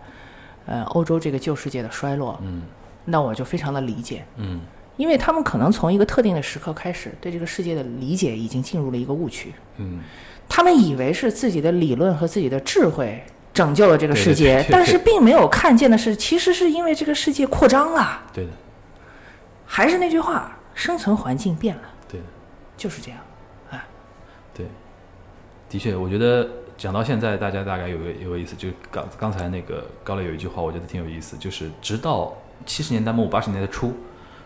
[SPEAKER 3] 呃，欧洲这个旧世界的衰落，嗯，那我就非常的理解，
[SPEAKER 2] 嗯，
[SPEAKER 3] 因为他们可能从一个特定的时刻开始，对这个世界的理解已经进入了一个误区，
[SPEAKER 2] 嗯，
[SPEAKER 3] 他们以为是自己的理论和自己的智慧拯救了这个世界，
[SPEAKER 2] 对对对对
[SPEAKER 3] 但是并没有看见的是，其实是因为这个世界扩张了。
[SPEAKER 2] 对的，
[SPEAKER 3] 还是那句话，生存环境变了，
[SPEAKER 2] 对的，
[SPEAKER 3] 就是这样。
[SPEAKER 2] 对，的确，我觉得讲到现在，大家大概有个有个意思，就刚刚才那个高磊有一句话，我觉得挺有意思，就是直到七十年代末八十年代初，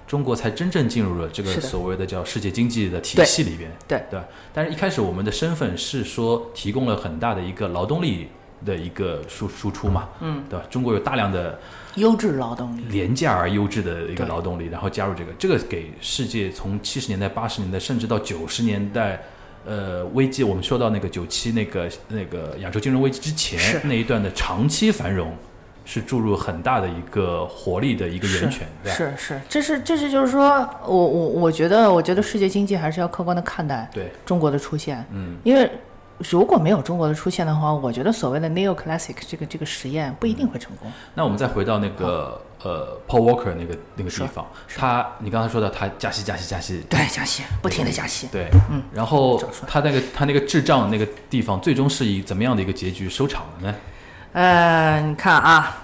[SPEAKER 2] 中国才真正进入了这个
[SPEAKER 3] 是的
[SPEAKER 2] 所谓的叫世界经济的体
[SPEAKER 3] 对
[SPEAKER 2] 系里边，
[SPEAKER 3] 对
[SPEAKER 2] 对吧？但是一开始我们的身份是说提供了很大的一个劳动力的一个输输出嘛，嗯，对吧？中国有大量的
[SPEAKER 3] 优质劳动力，
[SPEAKER 2] 廉价而优质的一个
[SPEAKER 3] 对
[SPEAKER 2] 劳动力，然后加入这个，这个给世界从七十年代、八十年代，甚至到九十年代，呃，危机，我们说到那个九七那个那个亚洲金融危机之
[SPEAKER 3] 是
[SPEAKER 2] 前那一段的长期繁荣，是注入很大的一个活力的一个源泉，对吧？
[SPEAKER 3] 是是，这是这是就是说我我我觉得我觉得世界经济还是要客观的看待
[SPEAKER 2] 对，
[SPEAKER 3] 中国的出现，
[SPEAKER 2] 嗯，
[SPEAKER 3] 因为如果没有中国的出现的话，我觉得所谓的 neo classic 这个这个实验不一定会成功。
[SPEAKER 2] 那我们再回到那个呃 Paul Walker 那个那个地方，他你刚才说到他加息加息加息，
[SPEAKER 3] 对，加息，不停的加息。
[SPEAKER 2] 对，嗯，然后他那个他那个智障那个地方，最终是以怎么样的一个结局收场的呢？
[SPEAKER 3] 呃，你看啊，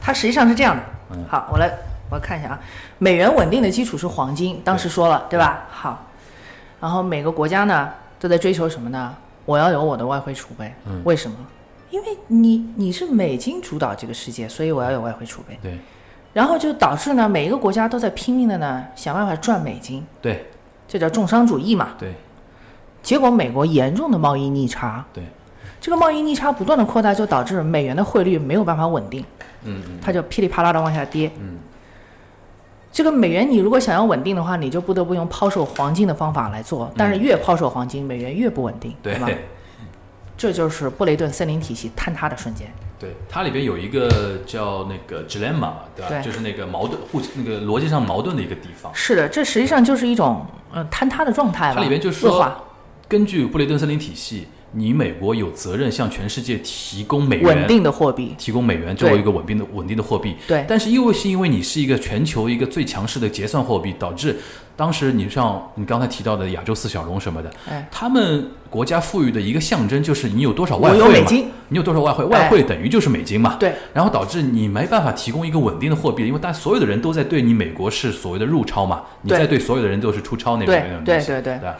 [SPEAKER 3] 它实际上是这样的。好，我来我看一下啊，美元稳定的基础是黄金，当时说了对吧？好，然后每个国家呢都在追求什么呢？我要有我的外汇储备。
[SPEAKER 2] 嗯
[SPEAKER 3] 为什么？因为你你是美金主导这个世界，所以我要有外汇储备。
[SPEAKER 2] 对
[SPEAKER 3] 然后就导致呢，每一个国家都在拼命的呢想办法赚美金，
[SPEAKER 2] 对
[SPEAKER 3] 这叫重商主义嘛。
[SPEAKER 2] 对
[SPEAKER 3] 结果美国严重的贸易逆差，
[SPEAKER 2] 对，
[SPEAKER 3] 这个贸易逆差不断的扩大，就导致美元的汇率没有办法稳定，
[SPEAKER 2] 嗯嗯
[SPEAKER 3] 它就噼里啪啦的往下跌。
[SPEAKER 2] 嗯，
[SPEAKER 3] 这个美元你如果想要稳定的话，你就不得不用抛售黄金的方法来做，但是越抛售黄金，美元越不稳定，
[SPEAKER 2] 嗯对
[SPEAKER 3] 吧？这就是布雷顿森林体系坍塌的瞬间。
[SPEAKER 2] <laughs> 对，它里边有一个叫那个 dilemma，嘛对吧？
[SPEAKER 3] 对
[SPEAKER 2] 就是那个矛盾互那个逻辑上矛盾的一个地方。
[SPEAKER 3] 是的，这实际上就是一种嗯、呃坍塌的状态吧，
[SPEAKER 2] 它里面就
[SPEAKER 3] 恶
[SPEAKER 2] 说
[SPEAKER 3] 化，
[SPEAKER 2] 根据布雷顿森林体系，你美国有责任向全世界提供美
[SPEAKER 3] 稳
[SPEAKER 2] 元，
[SPEAKER 3] 定的货币，
[SPEAKER 2] 提供美元作为
[SPEAKER 3] 对
[SPEAKER 2] 一个稳定的稳定的货币。
[SPEAKER 3] 对
[SPEAKER 2] 但是因为是因为你是一个全球一个最强势的结算货币，导致当时你像你刚才提到的亚洲四小龙什么的，
[SPEAKER 3] 哎，
[SPEAKER 2] 他们国家富裕的一个象征就是你有多少外
[SPEAKER 3] 我
[SPEAKER 2] 汇
[SPEAKER 3] 有
[SPEAKER 2] 嘛，
[SPEAKER 3] 美金哎
[SPEAKER 2] 你有多少外汇，外汇等于就是美金嘛。
[SPEAKER 3] 对，
[SPEAKER 2] 然后导致你没办法提供一个稳定的货币，因为大所有的人都在对你美国是所谓的入超嘛，你
[SPEAKER 3] 对
[SPEAKER 2] 在对所有的人都是出超那种
[SPEAKER 3] 对
[SPEAKER 2] 那种
[SPEAKER 3] 对
[SPEAKER 2] 东西
[SPEAKER 3] 对对
[SPEAKER 2] 吧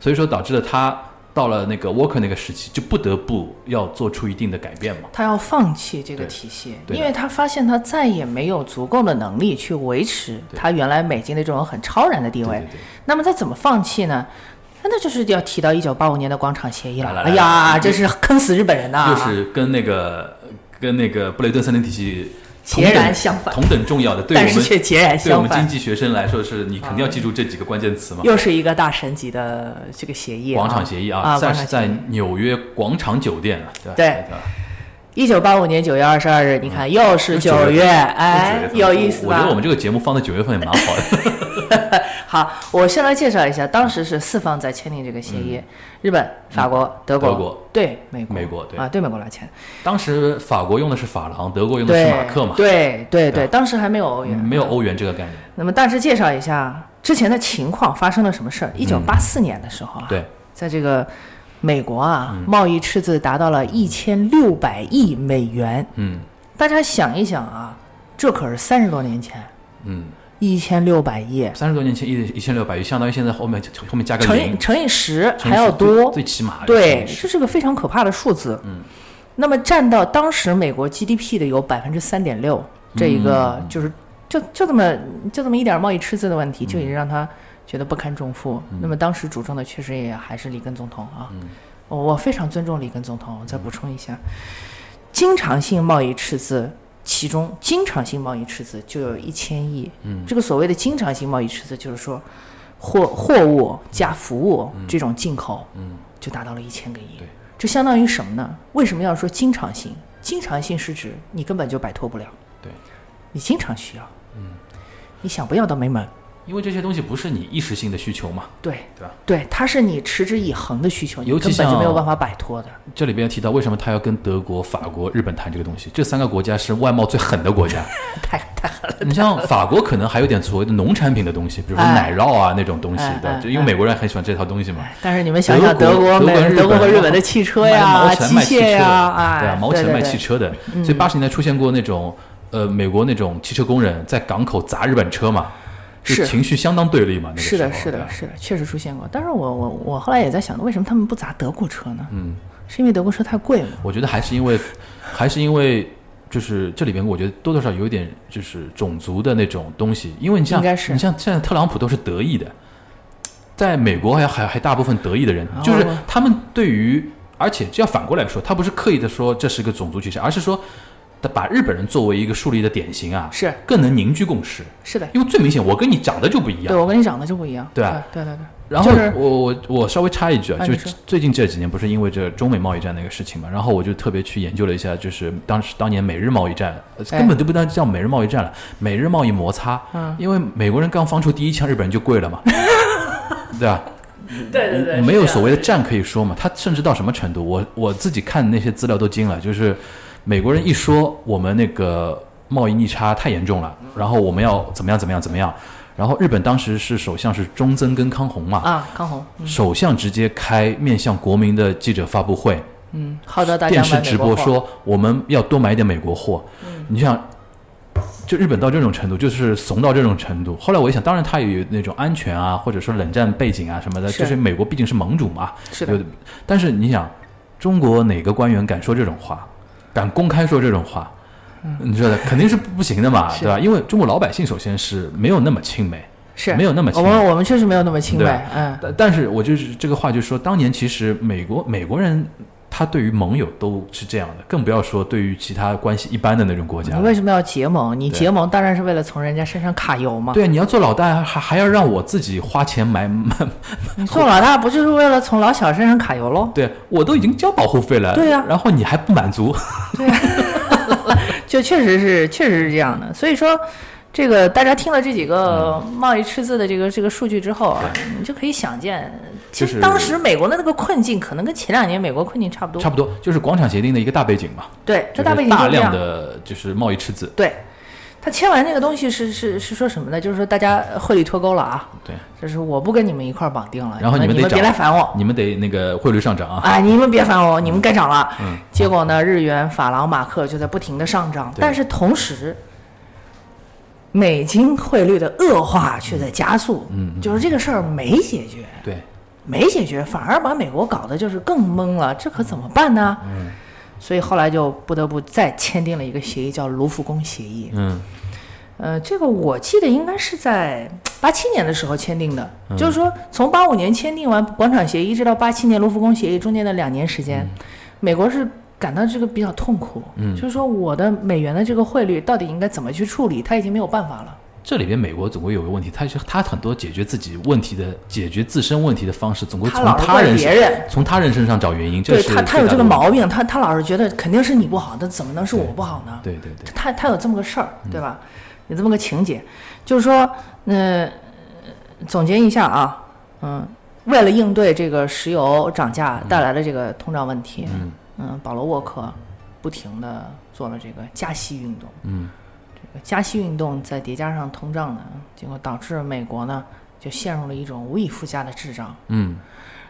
[SPEAKER 2] 所以说导致了他到了那个 Walker 那个时期，就不得不要做出一定的改变嘛。
[SPEAKER 3] 他要放弃这个
[SPEAKER 2] 对
[SPEAKER 3] 体系，
[SPEAKER 2] 对的
[SPEAKER 3] 因为他发现他再也没有足够的能力去维持
[SPEAKER 2] 对
[SPEAKER 3] 他原来美金的这种很超然的地
[SPEAKER 2] 对
[SPEAKER 3] 位
[SPEAKER 2] 对。对。
[SPEAKER 3] 那么他怎么放弃呢？那就是要提到一九八五年的广场协议
[SPEAKER 2] 来
[SPEAKER 3] 了。
[SPEAKER 2] 来
[SPEAKER 3] 哎
[SPEAKER 2] 来
[SPEAKER 3] 呀，
[SPEAKER 2] 来
[SPEAKER 3] 这是坑死日本人呐！
[SPEAKER 2] 又是跟那个跟那个布雷顿森林体系
[SPEAKER 3] 截
[SPEAKER 2] 同等
[SPEAKER 3] 然相反
[SPEAKER 2] 同等重要的，对我
[SPEAKER 3] 但是
[SPEAKER 2] 们
[SPEAKER 3] 却截然
[SPEAKER 2] 对我
[SPEAKER 3] 相
[SPEAKER 2] 们经
[SPEAKER 3] 反，啊
[SPEAKER 2] 济学生来说是，你肯定要记住这几个关键词嘛。
[SPEAKER 3] 又是一个大神级的这个协议、啊。
[SPEAKER 2] 广场协议
[SPEAKER 3] 啊，
[SPEAKER 2] 在
[SPEAKER 3] 广场
[SPEAKER 2] 是在纽约广场酒店啊，对吧
[SPEAKER 3] 对
[SPEAKER 2] 吧？
[SPEAKER 3] 一九八五年九月二十二日，你看又是
[SPEAKER 2] 啊又九
[SPEAKER 3] 九
[SPEAKER 2] 月
[SPEAKER 3] 月，
[SPEAKER 2] 这
[SPEAKER 3] 哎，
[SPEAKER 2] 九月份
[SPEAKER 3] 有意思
[SPEAKER 2] 我觉
[SPEAKER 3] 吧
[SPEAKER 2] 得我？们这个节目放在九月份也蛮好
[SPEAKER 3] <laughs>
[SPEAKER 2] 的。
[SPEAKER 3] 好，我先来介绍一下，当时是四方在签订这个协议：日本、法国、德国、
[SPEAKER 2] 嗯德国
[SPEAKER 3] 对美国、
[SPEAKER 2] 美国对
[SPEAKER 3] 啊，对美国来签，
[SPEAKER 2] 当时法国用的是法郎，德国用的
[SPEAKER 3] 对
[SPEAKER 2] 是马克嘛，
[SPEAKER 3] 对对
[SPEAKER 2] 对
[SPEAKER 3] 对，当时还没有欧元，
[SPEAKER 2] 没有欧元这个概念。
[SPEAKER 3] 那么大致介绍一下之前的情况发生了什么事儿。一九八四年的时候啊，
[SPEAKER 2] 嗯对，嗯
[SPEAKER 3] 在这个美国啊，贸易赤字达到了一千六百亿美元。
[SPEAKER 2] 嗯
[SPEAKER 3] 大家想一想啊，这可是三十多年前，
[SPEAKER 2] 嗯，
[SPEAKER 3] 一千六百亿
[SPEAKER 2] 三十多年前一一千六百亿，相当于现在后面后面加个
[SPEAKER 3] 乘以
[SPEAKER 2] 零，
[SPEAKER 3] 乘以十
[SPEAKER 2] 乘以
[SPEAKER 3] 还要
[SPEAKER 2] 十最
[SPEAKER 3] 多，
[SPEAKER 2] 最起码
[SPEAKER 3] 对，
[SPEAKER 2] 乘以十
[SPEAKER 3] 这是个非常可怕的数字。嗯，那么占到当时美国 GDP 的有百分之三点六，这一个就是就就这么就这么一点贸易赤字的问题，就已经让他觉得不堪重负。那么当时主政的确实也还是里根总统啊，我我非常尊重里根总统。我再补充一下，经常性贸易赤字。其中，经常性贸易赤字就有一千亿。嗯，这个所谓的经常性贸易赤字，就是说货货物加服务这种进口，嗯，就达到了一千个亿。
[SPEAKER 2] 对，
[SPEAKER 3] 这相当于什么呢？为什么要说经常性？经常性是指你根本就摆脱不了，
[SPEAKER 2] 对。
[SPEAKER 3] 你经常需要，嗯，你想不要都没门。
[SPEAKER 2] 因为这些东西不是你一时性的需求嘛，
[SPEAKER 3] 对
[SPEAKER 2] 对吧
[SPEAKER 3] 对，它是你持之以恒的需求，你
[SPEAKER 2] 尤其
[SPEAKER 3] 根本就
[SPEAKER 2] 像
[SPEAKER 3] 没有办法摆脱的。
[SPEAKER 2] 这里边提到为什么他要跟德国、法国、日本谈这个东西，这三个国家是外贸最狠的国家。
[SPEAKER 3] <laughs> 太太狠了，
[SPEAKER 2] 你像法国可能还有点所谓的农产品的东西，比如说
[SPEAKER 3] 哎
[SPEAKER 2] 奶酪啊那种东西
[SPEAKER 3] 哎，
[SPEAKER 2] 对吧，
[SPEAKER 3] 哎
[SPEAKER 2] 就因为美国人很喜欢这套东西嘛。
[SPEAKER 3] 但是你们想想，
[SPEAKER 2] 德国
[SPEAKER 3] 国、
[SPEAKER 2] 德国
[SPEAKER 3] 美、
[SPEAKER 2] 日
[SPEAKER 3] 德国和
[SPEAKER 2] 本
[SPEAKER 3] 日本的汽车
[SPEAKER 2] 卖
[SPEAKER 3] 呀、
[SPEAKER 2] 毛
[SPEAKER 3] 机
[SPEAKER 2] 钱卖汽车
[SPEAKER 3] 械
[SPEAKER 2] 的，
[SPEAKER 3] 呀，哎，
[SPEAKER 2] 对吧？毛
[SPEAKER 3] 对
[SPEAKER 2] 钱
[SPEAKER 3] 对
[SPEAKER 2] 卖
[SPEAKER 3] 对嗯
[SPEAKER 2] 汽车的，所以八十年代出现过那种呃，美国那种汽车工人在港口砸日本车嘛，就是情绪相当对立嘛。那个
[SPEAKER 3] 是
[SPEAKER 2] 时候
[SPEAKER 3] 的，是
[SPEAKER 2] 对吧
[SPEAKER 3] 的，是的，确实出现过。但是我我我后来也在想，为什么他们不砸德国车呢？
[SPEAKER 2] 嗯，
[SPEAKER 3] 是因为德国车太贵吗？
[SPEAKER 2] 我觉得还是因为，还是因为就是这里边，我觉得多多少少有一点就是种族的那种东西，因为你像
[SPEAKER 3] 应该是
[SPEAKER 2] 你像现在特朗普都是德裔的，在美国还还还大部分德裔的人，就是
[SPEAKER 3] 哦
[SPEAKER 2] 他们对于，而且这要反过来说，他不是刻意的说这是个种族歧视，而是说。把日本人作为一个树立的典型啊，
[SPEAKER 3] 是
[SPEAKER 2] 更能凝聚共识，
[SPEAKER 3] 是的，
[SPEAKER 2] 因为最明显，我跟你长得就不一样
[SPEAKER 3] 对，我跟你长得就不一样。
[SPEAKER 2] 对
[SPEAKER 3] 对
[SPEAKER 2] 啊
[SPEAKER 3] 对对对，
[SPEAKER 2] 然后
[SPEAKER 3] 就是
[SPEAKER 2] 我我我稍微插一句啊，
[SPEAKER 3] 啊
[SPEAKER 2] 就
[SPEAKER 3] 你
[SPEAKER 2] 是
[SPEAKER 3] 说
[SPEAKER 2] 最近这几年不是因为这中美贸易战那个事情嘛，然后我就特别去研究了一下，就是当时当年美日贸易战，呃
[SPEAKER 3] 哎
[SPEAKER 2] 根本就不当叫美日贸易战了，美日贸易摩擦，
[SPEAKER 3] 嗯
[SPEAKER 2] 因为美国人刚放出第一枪，日本人就跪了
[SPEAKER 3] <laughs>
[SPEAKER 2] 嘛，对吧？
[SPEAKER 3] 对对啊对，
[SPEAKER 2] 没有所谓的战可以说嘛，他甚至到什么程度，我我自己看那些资料都惊了，就是美国人一说我们那个贸易逆差太严重了，然后我们要怎么样怎么样怎么样，然后日本当时是首相是中曾跟康弘嘛，
[SPEAKER 3] 啊，康红，嗯
[SPEAKER 2] 首相直接开面向国民的记者发布会，
[SPEAKER 3] 嗯，号召大家
[SPEAKER 2] 电
[SPEAKER 3] 买
[SPEAKER 2] 视直播
[SPEAKER 3] 美国货，嗯
[SPEAKER 2] 说我们要多买一点美国货。你想，就日本到这种程度，就是怂到这种程度。后来我一想，当然它也有那种安全啊，或者说冷战背景啊什么的，
[SPEAKER 3] 是
[SPEAKER 2] 就是美国毕竟是盟主嘛。
[SPEAKER 3] 是
[SPEAKER 2] 有
[SPEAKER 3] 的
[SPEAKER 2] 的，但是你想，中国哪个官员敢说这种话，敢公开说这种话？你知道的，肯定是不不行的嘛，
[SPEAKER 3] 嗯是
[SPEAKER 2] 对吧？因为中国老百姓首先是没有那么亲美，
[SPEAKER 3] 是
[SPEAKER 2] 没有那么
[SPEAKER 3] 我
[SPEAKER 2] 亲美。
[SPEAKER 3] 们我们确实没有那么清
[SPEAKER 2] 对啊
[SPEAKER 3] 白，嗯，
[SPEAKER 2] 呃但但是我就是这个话，就是说，当年其实美国美国人他对于盟友都是这样的，更不要说对于其他关系一般的那种国家
[SPEAKER 3] 你。为什么要结盟？你
[SPEAKER 2] 啊对
[SPEAKER 3] 结盟当然是为了从人家身上揩油嘛。
[SPEAKER 2] 对，你要做老大，还还要让我自己花钱买买， <laughs>
[SPEAKER 3] 你做老大不就是为了从老小身上揩油喽？
[SPEAKER 2] 对我都已经交保护费了，
[SPEAKER 3] 对呀
[SPEAKER 2] 然后你还不满足， <laughs>
[SPEAKER 3] 就确实是，确实是这样的。所以说，这个大家听了这几个
[SPEAKER 2] 嗯
[SPEAKER 3] 贸易赤字的这个这个数据之后啊，你就可以想见，其
[SPEAKER 2] 就是
[SPEAKER 3] 实当时美国的那个困境，可能跟前两年美国困境差不多。
[SPEAKER 2] 差不多就是广场协定的一个大背景嘛，
[SPEAKER 3] 对，
[SPEAKER 2] 就
[SPEAKER 3] 这
[SPEAKER 2] 是
[SPEAKER 3] 大背景就
[SPEAKER 2] 大
[SPEAKER 3] 是这
[SPEAKER 2] 量
[SPEAKER 3] 样。
[SPEAKER 2] 的就是贸易赤字，
[SPEAKER 3] 对，他签完那个东西是是是说什么呢？就是说大家汇率脱钩了啊，
[SPEAKER 2] 对，
[SPEAKER 3] 就是我不跟你们一块儿绑定了，
[SPEAKER 2] 然后
[SPEAKER 3] 你
[SPEAKER 2] 们
[SPEAKER 3] 们
[SPEAKER 2] 得
[SPEAKER 3] 别
[SPEAKER 2] 涨
[SPEAKER 3] 来烦我。
[SPEAKER 2] 你们得那个汇率上涨啊，
[SPEAKER 3] 啊！你们别烦我，你们该涨了。结果呢，日元、法郎、马克就在不停的上涨，
[SPEAKER 2] 对
[SPEAKER 3] 但是同时，美金汇率的恶化却在加速。嗯，就是这个事儿没解决，
[SPEAKER 2] 对，
[SPEAKER 3] 没解决，反而把美国搞得就是更懵了，这可怎么办呢？嗯，所以后来就不得不再签订了一个协议，叫卢浮宫协议。
[SPEAKER 2] 嗯，
[SPEAKER 3] 呃，这个我记得应该是在八七年的时候签订的，
[SPEAKER 2] 嗯
[SPEAKER 3] 就是说从八五年签订完广场协议，一直到八七年卢浮宫协议中间的两年时间，
[SPEAKER 2] 嗯
[SPEAKER 3] 美国是感到这个比较痛苦，嗯，就是说我的美元的这个汇率到底应该怎么去处理，他已经没有办法了。
[SPEAKER 2] 这里边美国总归有个问题，它是它很多解决自己问题的、解决自身问题的方式，总归
[SPEAKER 3] 他
[SPEAKER 2] 从
[SPEAKER 3] 老是
[SPEAKER 2] 他人
[SPEAKER 3] 怪别
[SPEAKER 2] 身
[SPEAKER 3] 人
[SPEAKER 2] 从他人身上找原因，这
[SPEAKER 3] 对
[SPEAKER 2] 是
[SPEAKER 3] 他，他有
[SPEAKER 2] 最大的
[SPEAKER 3] 这个
[SPEAKER 2] 问题。
[SPEAKER 3] 毛病，他他老是觉得肯定是你不好，那怎么能是我不好呢？
[SPEAKER 2] 对对对，
[SPEAKER 3] 他他有这么个事儿，对吧？有这么个情节，就是说，嗯、总结一下啊，嗯，为了应对这个石油涨价带来的这个通胀问题，嗯保罗沃克不停的做了这个加息运动，
[SPEAKER 2] 嗯，
[SPEAKER 3] 这个加息运动再叠加上通胀呢，结果导致美国呢就陷入了一种无以复加的滞胀。
[SPEAKER 2] 嗯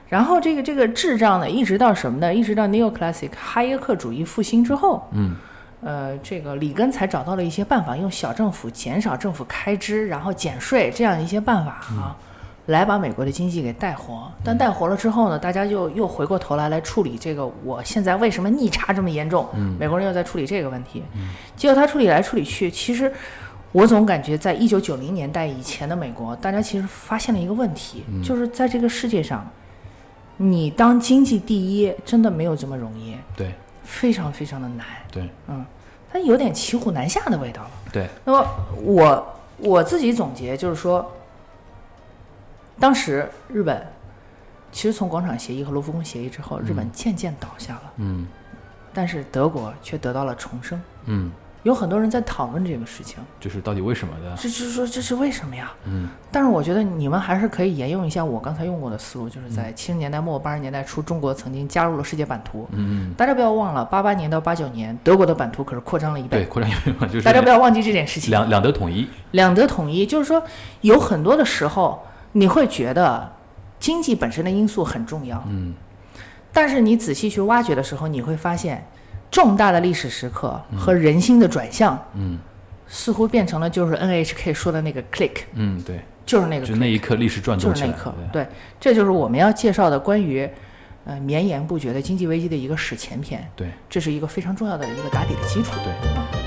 [SPEAKER 3] 然后这个这个滞胀呢，一直到什么呢？一直到 neoclassic 哈耶克主义复兴之后，
[SPEAKER 2] 嗯，
[SPEAKER 3] 呃，这个里根才找到了一些办法，用小政府减少政府开支，然后减税这样一些办法啊，来把美国的经济给带活。但带活了之后呢，大家又又回过头来来处理这个我现在为什么逆差这么严重？美国人又在处理这个问题，结果他处理来处理去，其实。我总感觉，在一九九零年代以前的美国，大家其实发现了一个问题，就是在这个世界上，你当经济第一真的没有这么容易，
[SPEAKER 2] 对
[SPEAKER 3] 非常非常的难，
[SPEAKER 2] 对
[SPEAKER 3] 嗯，它有点骑虎难下的味道了。
[SPEAKER 2] 对，
[SPEAKER 3] 那么我我自己总结就是说，当时日本其实从广场协议和卢浮宫协议之后，日本渐渐倒下了，
[SPEAKER 2] 嗯
[SPEAKER 3] 但是德国却得到了重生。
[SPEAKER 2] 嗯，
[SPEAKER 3] 有很多人在讨论这个事情，
[SPEAKER 2] 就是到底为什么的？
[SPEAKER 3] 这就是说这是为什么呀？
[SPEAKER 2] 嗯，
[SPEAKER 3] 但是我觉得你们还是可以沿用一下我刚才用过的思路，就是在七十年代末八十年代初，中国曾经加入了世界版图。
[SPEAKER 2] 嗯，
[SPEAKER 3] 大家不要忘了，八八年到八九年，德国的版图可是扩张了一
[SPEAKER 2] 对，
[SPEAKER 3] 倍。
[SPEAKER 2] 扩张一嘛，就是
[SPEAKER 3] 大家不要忘记这件事情。
[SPEAKER 2] 两两德统一，
[SPEAKER 3] 两德统一，就是说有很多的时候，你会觉得经济本身的因素很重要，
[SPEAKER 2] 嗯，
[SPEAKER 3] 但是你仔细去挖掘的时候，你会发现，重大的历史时刻和人心的转向，
[SPEAKER 2] 嗯，
[SPEAKER 3] 似乎变成了就是 NHK 说的那个 click，
[SPEAKER 2] 嗯，对，
[SPEAKER 3] 就是那个
[SPEAKER 2] 就那一刻历史转动
[SPEAKER 3] 就
[SPEAKER 2] 起
[SPEAKER 3] 是
[SPEAKER 2] 来，
[SPEAKER 3] 那一刻，
[SPEAKER 2] 对
[SPEAKER 3] 对，这就是我们要介绍的关于呃绵延不绝的经济危机的一个史前篇，
[SPEAKER 2] 对
[SPEAKER 3] 这是一个非常重要的一个打底的基础。
[SPEAKER 2] 对。